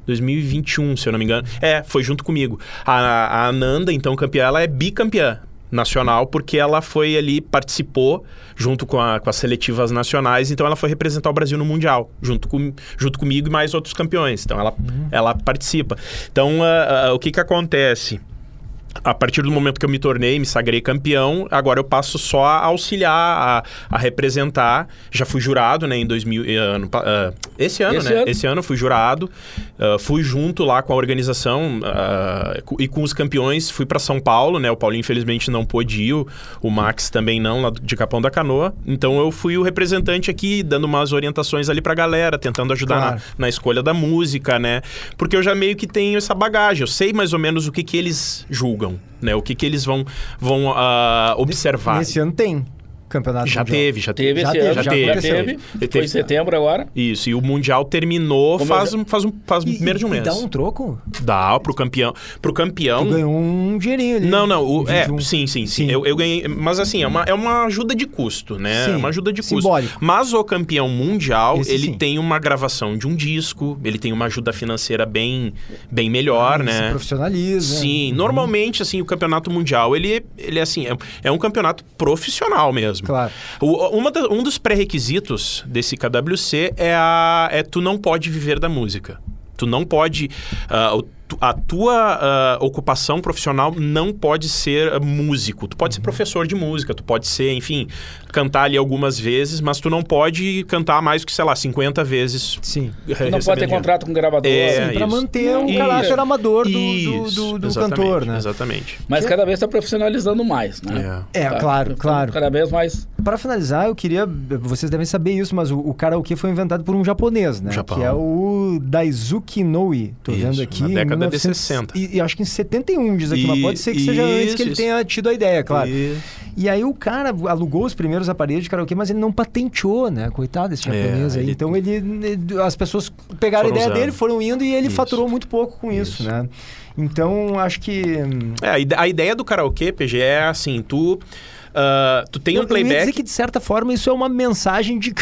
[SPEAKER 3] 2021, se eu não me engano. É, foi junto comigo. A, a Ananda, então campeã, ela é bicampeã nacional, porque ela foi ali, participou junto com, a- com as seletivas nacionais, então ela foi representar o Brasil no Mundial, junto, com, junto comigo e mais outros campeões. Então ela,
[SPEAKER 2] Uhum.
[SPEAKER 3] ela participa. Então, ah, ah, o que que acontece? A partir do momento que eu me tornei, me sagrei campeão, agora eu passo só a auxiliar, a, a representar. Já fui jurado, né, em 2000, e ano, pa- ah, esse ano,
[SPEAKER 2] Esse
[SPEAKER 3] né?
[SPEAKER 2] ano.
[SPEAKER 3] Esse ano eu fui jurado, ah, fui junto lá com a organização ah, co- e com os campeões, fui para São Paulo, né? O Paulinho infelizmente não pôde ir, o- o Max também não, lá do- de Capão da Canoa. Então eu fui o representante aqui, dando umas orientações ali pra galera, tentando ajudar na-
[SPEAKER 1] Claro.
[SPEAKER 3] na escolha da música, né? Porque eu já meio que tenho essa bagagem, eu sei mais ou menos o que, que eles julgam, né? O que, que eles vão, vão ah, observar.
[SPEAKER 1] Nesse ano tem campeonato
[SPEAKER 3] Já
[SPEAKER 1] mundial.
[SPEAKER 3] teve, já teve.
[SPEAKER 2] Teve
[SPEAKER 1] Já
[SPEAKER 2] esse
[SPEAKER 1] teve,
[SPEAKER 2] ano,
[SPEAKER 1] já
[SPEAKER 2] já
[SPEAKER 1] teve.
[SPEAKER 2] teve.
[SPEAKER 3] Teve.
[SPEAKER 2] Foi em setembro agora.
[SPEAKER 3] Isso, e o Mundial terminou
[SPEAKER 2] Como
[SPEAKER 3] faz,
[SPEAKER 2] eu
[SPEAKER 3] um, faz, um, faz
[SPEAKER 1] E-
[SPEAKER 3] menos de um
[SPEAKER 1] e
[SPEAKER 3] mês.
[SPEAKER 1] Dá um troco?
[SPEAKER 3] Dá, pro campeão. Pro
[SPEAKER 1] Tu
[SPEAKER 3] campeão.
[SPEAKER 1] ganhou um dinheirinho ali.
[SPEAKER 3] Não, não. o- é,
[SPEAKER 1] 21.
[SPEAKER 3] sim, sim, sim.
[SPEAKER 1] Sim.
[SPEAKER 3] Eu, eu ganhei. Mas assim, é uma, é uma ajuda de custo, né?
[SPEAKER 1] Sim,
[SPEAKER 3] É uma ajuda de custo.
[SPEAKER 1] simbólico.
[SPEAKER 3] Mas o campeão mundial,
[SPEAKER 1] Esse
[SPEAKER 3] ele
[SPEAKER 1] sim.
[SPEAKER 3] tem uma gravação de um disco, ele tem uma ajuda financeira bem, bem melhor,
[SPEAKER 1] Se
[SPEAKER 3] né?
[SPEAKER 1] profissionaliza.
[SPEAKER 3] Sim, normalmente, assim, o campeonato mundial, ele, ele assim, é, é um campeonato profissional mesmo.
[SPEAKER 1] Claro.
[SPEAKER 3] O- uma da- um dos pré-requisitos desse KWC é, a, é tu não pode viver da música. Tu não pode. ah, o- tu- a tua ah, ocupação profissional não pode ser ah, músico. Tu
[SPEAKER 1] Uhum.
[SPEAKER 3] pode ser professor de música, tu pode ser, enfim, cantar ali algumas vezes, mas tu não pode cantar mais que, sei lá, 50 vezes.
[SPEAKER 1] Sim.
[SPEAKER 2] Tu não pode ter contrato com gravador. né?
[SPEAKER 3] É,
[SPEAKER 1] Sim, pra
[SPEAKER 3] isso.
[SPEAKER 1] manter o
[SPEAKER 3] Isso.
[SPEAKER 1] caráter amador do, do,
[SPEAKER 3] Isso,
[SPEAKER 1] do- do
[SPEAKER 3] exatamente,
[SPEAKER 1] cantor, né?
[SPEAKER 3] Exatamente.
[SPEAKER 2] Mas cada vez tá profissionalizando mais, né?
[SPEAKER 3] É.
[SPEAKER 1] É,
[SPEAKER 2] Tá
[SPEAKER 1] claro,
[SPEAKER 2] ficando
[SPEAKER 1] claro.
[SPEAKER 2] Cada vez mais.
[SPEAKER 1] Pra finalizar, eu queria. Vocês devem saber isso, mas o, o karaokê foi inventado por um japonês, né?
[SPEAKER 3] No Japão.
[SPEAKER 1] Que é o Daisuke Inoue. Tô
[SPEAKER 3] Isso,
[SPEAKER 1] vendo aqui.
[SPEAKER 3] na
[SPEAKER 1] em
[SPEAKER 3] década de
[SPEAKER 1] 1900
[SPEAKER 3] 60.
[SPEAKER 1] E, e acho que em 71 diz aqui, mas
[SPEAKER 3] E-
[SPEAKER 1] pode ser que seja antes que
[SPEAKER 3] isso,
[SPEAKER 1] ele
[SPEAKER 3] isso.
[SPEAKER 1] tenha tido a ideia, claro. E...
[SPEAKER 3] E-
[SPEAKER 1] aí o cara alugou os primeiros aparelhos de karaokê, mas ele não patenteou, né? Coitado desse
[SPEAKER 3] É,
[SPEAKER 1] japonês aí.
[SPEAKER 3] ele-
[SPEAKER 1] Então ele, ele- As pessoas pegaram a
[SPEAKER 3] Foram
[SPEAKER 1] ideia
[SPEAKER 3] usando.
[SPEAKER 1] dele, foram indo e ele
[SPEAKER 3] Isso.
[SPEAKER 1] faturou muito pouco com isso,
[SPEAKER 3] Isso.
[SPEAKER 1] né? Então acho que.
[SPEAKER 3] É, a ide- a ideia do karaokê, PG, é assim, tu... ah, tu tem
[SPEAKER 1] Eu-
[SPEAKER 3] um
[SPEAKER 1] Eu ia
[SPEAKER 3] playback...
[SPEAKER 1] dizer que, de certa forma, isso é uma mensagem de,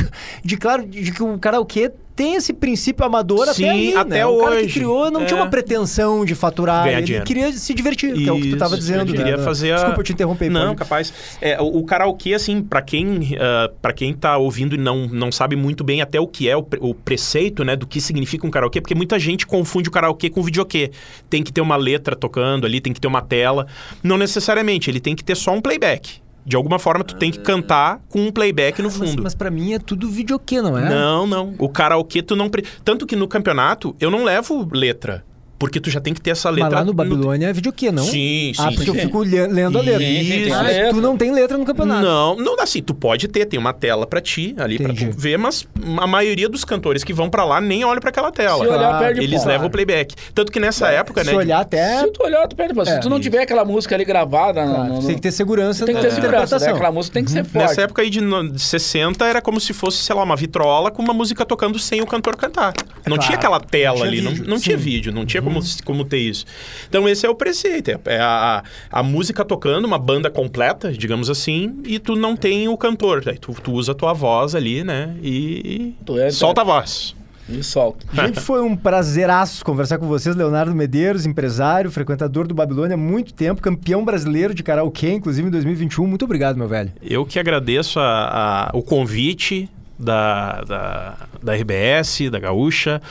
[SPEAKER 1] de claro, de que o karaokê tem esse princípio amador até
[SPEAKER 3] Sim,
[SPEAKER 1] aí, né?
[SPEAKER 3] até
[SPEAKER 1] O cara que
[SPEAKER 3] hoje.
[SPEAKER 1] criou não
[SPEAKER 3] É.
[SPEAKER 1] tinha uma pretensão de faturar.
[SPEAKER 3] Ganhar
[SPEAKER 1] ele
[SPEAKER 3] dinheiro.
[SPEAKER 1] queria se divertir, que é o que tu
[SPEAKER 3] Isso,
[SPEAKER 1] tava dizendo.
[SPEAKER 3] ele queria
[SPEAKER 1] né?
[SPEAKER 3] fazer a-
[SPEAKER 1] Desculpa, eu te interromper.
[SPEAKER 3] Não,
[SPEAKER 1] pode-
[SPEAKER 3] capaz. É, o, o karaokê, assim, pra quem, ah, pra quem tá ouvindo e não, não sabe muito bem até o que é o, pre- o preceito, né, do que significa um karaokê, porque muita gente confunde o karaokê com o videokê. Tem que ter uma letra tocando ali, tem que ter uma tela. Não necessariamente, ele tem que ter só um playback. De alguma forma, tu tem que cantar com um playback no
[SPEAKER 1] Ah. mas,
[SPEAKER 3] fundo.
[SPEAKER 1] mas pra mim é tudo videokê, não é?
[SPEAKER 3] Não, não. O karaokê tu não... pre- Tanto que no campeonato eu não levo letra. Porque tu já tem que ter essa letra...
[SPEAKER 1] Mas lá no Babilônia é videokê, não?
[SPEAKER 3] Sim, sim.
[SPEAKER 1] Ah, porque eu
[SPEAKER 3] sim.
[SPEAKER 1] fico le- lendo a letra.
[SPEAKER 2] Isso.
[SPEAKER 1] Ah, tu não tem letra no campeonato.
[SPEAKER 3] Não, não dá assim. Tu pode ter, tem uma tela pra ti ali pra
[SPEAKER 1] Entendi.
[SPEAKER 3] tu ver, mas a maioria dos cantores que vão pra lá nem olha pra aquela tela.
[SPEAKER 2] Se olhar,
[SPEAKER 1] Claro,
[SPEAKER 2] perde
[SPEAKER 3] Eles
[SPEAKER 2] ponto.
[SPEAKER 3] levam o playback. Tanto que nessa época,
[SPEAKER 1] Se
[SPEAKER 3] né? de-
[SPEAKER 1] olhar até.
[SPEAKER 2] Se tu olhar, tu perde. ponto. Se
[SPEAKER 1] É.
[SPEAKER 2] tu não tiver aquela música ali gravada... no-
[SPEAKER 1] claro,
[SPEAKER 2] no-
[SPEAKER 1] tem que ter segurança
[SPEAKER 2] tem que ter
[SPEAKER 1] na
[SPEAKER 2] segurança, né?
[SPEAKER 1] interpretação.
[SPEAKER 2] Aquela música tem que ser forte.
[SPEAKER 3] Nessa época aí de no- de 60 era como se fosse, sei lá, uma vitrola com uma música tocando sem o cantor cantar. Não
[SPEAKER 1] Claro.
[SPEAKER 3] tinha aquela tela
[SPEAKER 1] tinha
[SPEAKER 3] ali, não-
[SPEAKER 1] vídeo,
[SPEAKER 3] não, tinha
[SPEAKER 1] sim. Uhum.
[SPEAKER 3] vídeo, não tinha como, como ter isso. Então esse é o preceito. É é a, a música tocando, uma banda completa, digamos assim, e tu não tem o cantor. Daí tu, tu usa a tua voz ali, né? E
[SPEAKER 2] Tu é-
[SPEAKER 3] solta a voz.
[SPEAKER 2] E solto.
[SPEAKER 1] Gente, foi um prazeraço conversar com vocês, Leonardo Medeiros, empresário, frequentador do Babilônia há muito tempo, campeão brasileiro de karaokê, inclusive em 2021. Muito obrigado, meu velho.
[SPEAKER 3] Eu que agradeço a- a- o convite da, da, da RBS, da Gaúcha,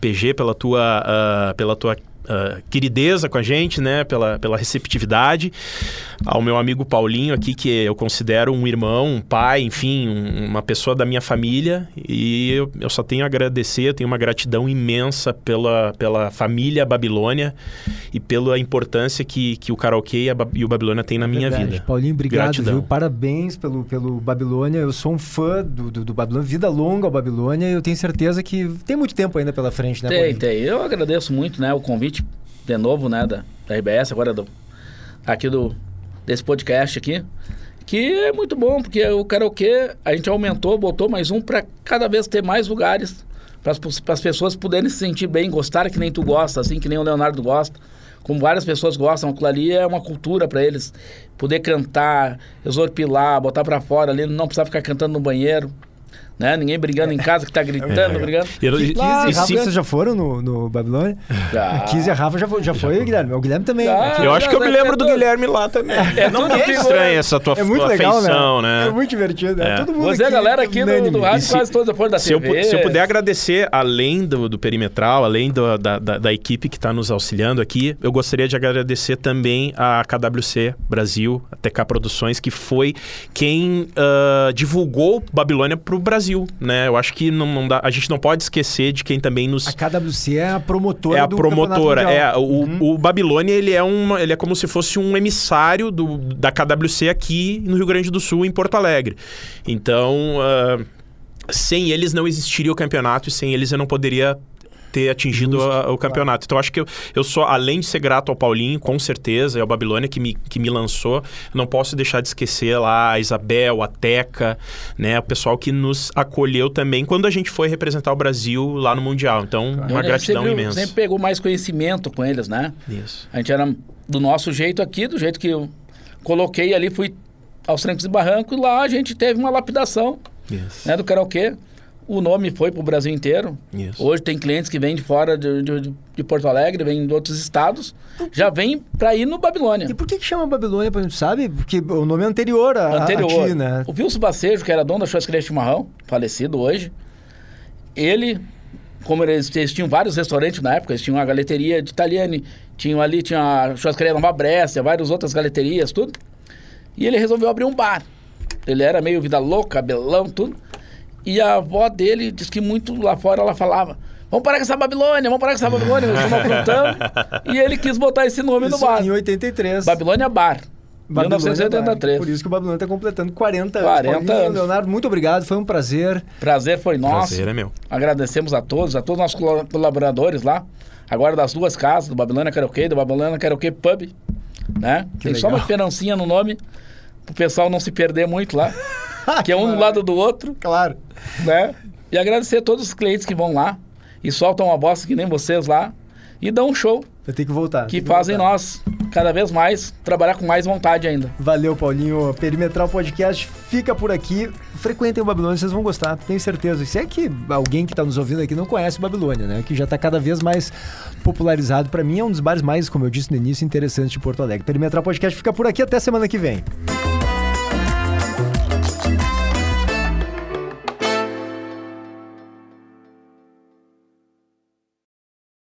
[SPEAKER 3] PG pela tua, ah, pela tua ah, querideza com a gente, né? Pela, pela receptividade. Ao meu amigo Paulinho aqui, que eu considero um irmão, um pai, enfim, um- uma pessoa da minha família. E eu, eu só tenho a agradecer, eu tenho uma gratidão imensa pela, pela família Babilônia e pela importância que, que o karaokê e, a Ba- e o Babilônia tem na minha
[SPEAKER 1] Verdade.
[SPEAKER 3] vida.
[SPEAKER 1] Paulinho, obrigado,
[SPEAKER 3] Gratidão.
[SPEAKER 1] viu? Parabéns pelo, pelo Babilônia. Eu sou um fã do, do, do Babilônia, vida longa ao Babilônia, e eu tenho certeza que tem muito tempo ainda pela frente, né,
[SPEAKER 2] Tem,
[SPEAKER 1] Paulinho?
[SPEAKER 2] tem. Eu agradeço muito, né, o convite de novo, né, da, da RBS, agora do aqui do desse podcast aqui, que é muito bom, porque o karaokê a gente aumentou, botou mais um para cada vez ter mais lugares para as pessoas poderem se sentir bem, gostar que nem tu gosta, assim que nem o Leonardo gosta. Como várias pessoas gostam, aquilo ali é uma cultura para eles poder cantar, exorpilar, botar para fora ali, não precisar ficar cantando no banheiro, né? Ninguém brigando em casa que tá gritando, brigando.
[SPEAKER 3] É. E eu- e-
[SPEAKER 2] é
[SPEAKER 1] Kiz e
[SPEAKER 3] e
[SPEAKER 1] Rafa,
[SPEAKER 3] sim-
[SPEAKER 1] vocês já foram no, no Babilônia?
[SPEAKER 2] Já.
[SPEAKER 1] Kiz e a Rafa já, fo- Ah. já foi, Guilherme. O Guilherme também. né?
[SPEAKER 2] Já.
[SPEAKER 1] Aqui-
[SPEAKER 3] Eu acho que eu me
[SPEAKER 2] Não, não,
[SPEAKER 3] lembro
[SPEAKER 2] é
[SPEAKER 3] do
[SPEAKER 2] tudo-
[SPEAKER 3] Guilherme lá também. É, não
[SPEAKER 2] tudo
[SPEAKER 3] é
[SPEAKER 2] figura.
[SPEAKER 3] estranha essa tua,
[SPEAKER 1] É muito
[SPEAKER 3] tua
[SPEAKER 1] legal,
[SPEAKER 3] afeição,
[SPEAKER 1] né?
[SPEAKER 3] né?
[SPEAKER 1] É muito divertido. né?
[SPEAKER 3] É.
[SPEAKER 1] Todo mundo
[SPEAKER 2] Você,
[SPEAKER 1] aqui,
[SPEAKER 2] galera aqui do, do
[SPEAKER 1] unânime.
[SPEAKER 3] E
[SPEAKER 2] rádio,
[SPEAKER 3] se-
[SPEAKER 2] quase todos fora da
[SPEAKER 3] Se eu,
[SPEAKER 2] TV.
[SPEAKER 3] pu- se eu puder agradecer, além do, do perimetral, além do- da, da- da equipe que está nos auxiliando aqui, eu gostaria de agradecer também a KWC Brasil, a TK Produções, que foi quem ah, divulgou Babilônia para o Brasil. Né? Eu acho que não, não dá- a gente não pode esquecer de quem também nos
[SPEAKER 1] A KWC é a promotora
[SPEAKER 3] é a
[SPEAKER 1] do
[SPEAKER 3] promotora.
[SPEAKER 1] Campeonato
[SPEAKER 3] É,
[SPEAKER 1] Mundial. Uhum.
[SPEAKER 3] o, o Babilônia, ele é, uma, ele é como se fosse um emissário do, da KWC aqui no Rio Grande do Sul, em Porto Alegre. Então, ah, sem eles não existiria o campeonato e sem eles eu não poderia ter atingido a- o campeonato. Então, acho que eu, eu sou, além de ser grato ao Paulinho, com certeza, é o Babilônia que me, que me lançou, não posso deixar de esquecer lá a Isabel, a Teca, né? O pessoal que nos acolheu também quando a gente foi representar o Brasil lá no Mundial. Então,
[SPEAKER 2] Olha,
[SPEAKER 3] uma
[SPEAKER 2] a gente
[SPEAKER 3] gratidão
[SPEAKER 2] sempre,
[SPEAKER 3] imensa.
[SPEAKER 2] Sempre pegou mais conhecimento com eles, né?
[SPEAKER 3] Isso.
[SPEAKER 2] A gente era do nosso jeito aqui, do jeito que eu coloquei ali, fui aos trancos e barranco e lá a gente teve uma lapidação
[SPEAKER 3] Isso.
[SPEAKER 2] né, do karaokê. O nome foi pro Brasil inteiro.
[SPEAKER 3] Isso.
[SPEAKER 2] Hoje tem clientes que vêm de fora de, de, de Porto Alegre, vêm de outros estados, já vêm pra ir no Babilônia.
[SPEAKER 1] E por que, que chama Babilônia, pra gente sabe? Porque o nome é anterior a, a- a ti, né?
[SPEAKER 2] O Wilson Bacejo, que era dono da Churrascaria Chimarrão, falecido hoje, ele, como eles, eles tinham vários restaurantes na época, eles tinham a galeteria de Italiani, tinham ali, tinha a Churrascaria Nova Brescia, várias outras galeterias, tudo. E ele resolveu abrir um bar. Ele era meio vida louca, cabelão, tudo. E a avó dele disse que muito lá fora ela falava: Vamos parar com essa Babilônia, vamos parar com essa Babilônia, eles estão afrontando. e ele quis botar esse nome no
[SPEAKER 1] Isso
[SPEAKER 2] bar.
[SPEAKER 1] em 83.
[SPEAKER 2] Babilônia Bar.
[SPEAKER 1] Babilônia
[SPEAKER 2] 1983.
[SPEAKER 1] vai. Por isso que o Babilônia está completando 40 anos.
[SPEAKER 2] 40
[SPEAKER 1] Paulinho,
[SPEAKER 2] anos.
[SPEAKER 1] Leonardo, muito obrigado, foi um prazer.
[SPEAKER 2] Prazer foi nosso.
[SPEAKER 3] Prazer é meu.
[SPEAKER 2] Agradecemos a todos, a todos os nossos colo- colaboradores lá. Agora das duas casas, do Babilônia Karaokê e do Babilônia Karaokê Pub. Né? Tem só
[SPEAKER 1] legal.
[SPEAKER 2] uma esperancinha no nome, pro pessoal não se perder muito lá. que é um do lado do outro,
[SPEAKER 1] Claro.
[SPEAKER 2] né? E agradecer a todos os clientes que vão lá e soltam uma bosta que nem vocês lá e dão um show
[SPEAKER 1] Eu tenho que voltar.
[SPEAKER 2] que
[SPEAKER 1] tenho
[SPEAKER 2] fazem
[SPEAKER 1] voltar.
[SPEAKER 2] nós cada vez mais trabalhar com mais vontade ainda.
[SPEAKER 1] Valeu, Paulinho. Perimetral Podcast fica por aqui. Frequentem o Babilônia, vocês vão gostar, tenho certeza. E Se é que alguém que está nos ouvindo aqui não conhece o Babilônia, né? Que já está cada vez mais popularizado. Para mim, é um dos bares mais, como eu disse no início, interessantes de Porto Alegre. Perimetral Podcast fica por aqui até semana que vem.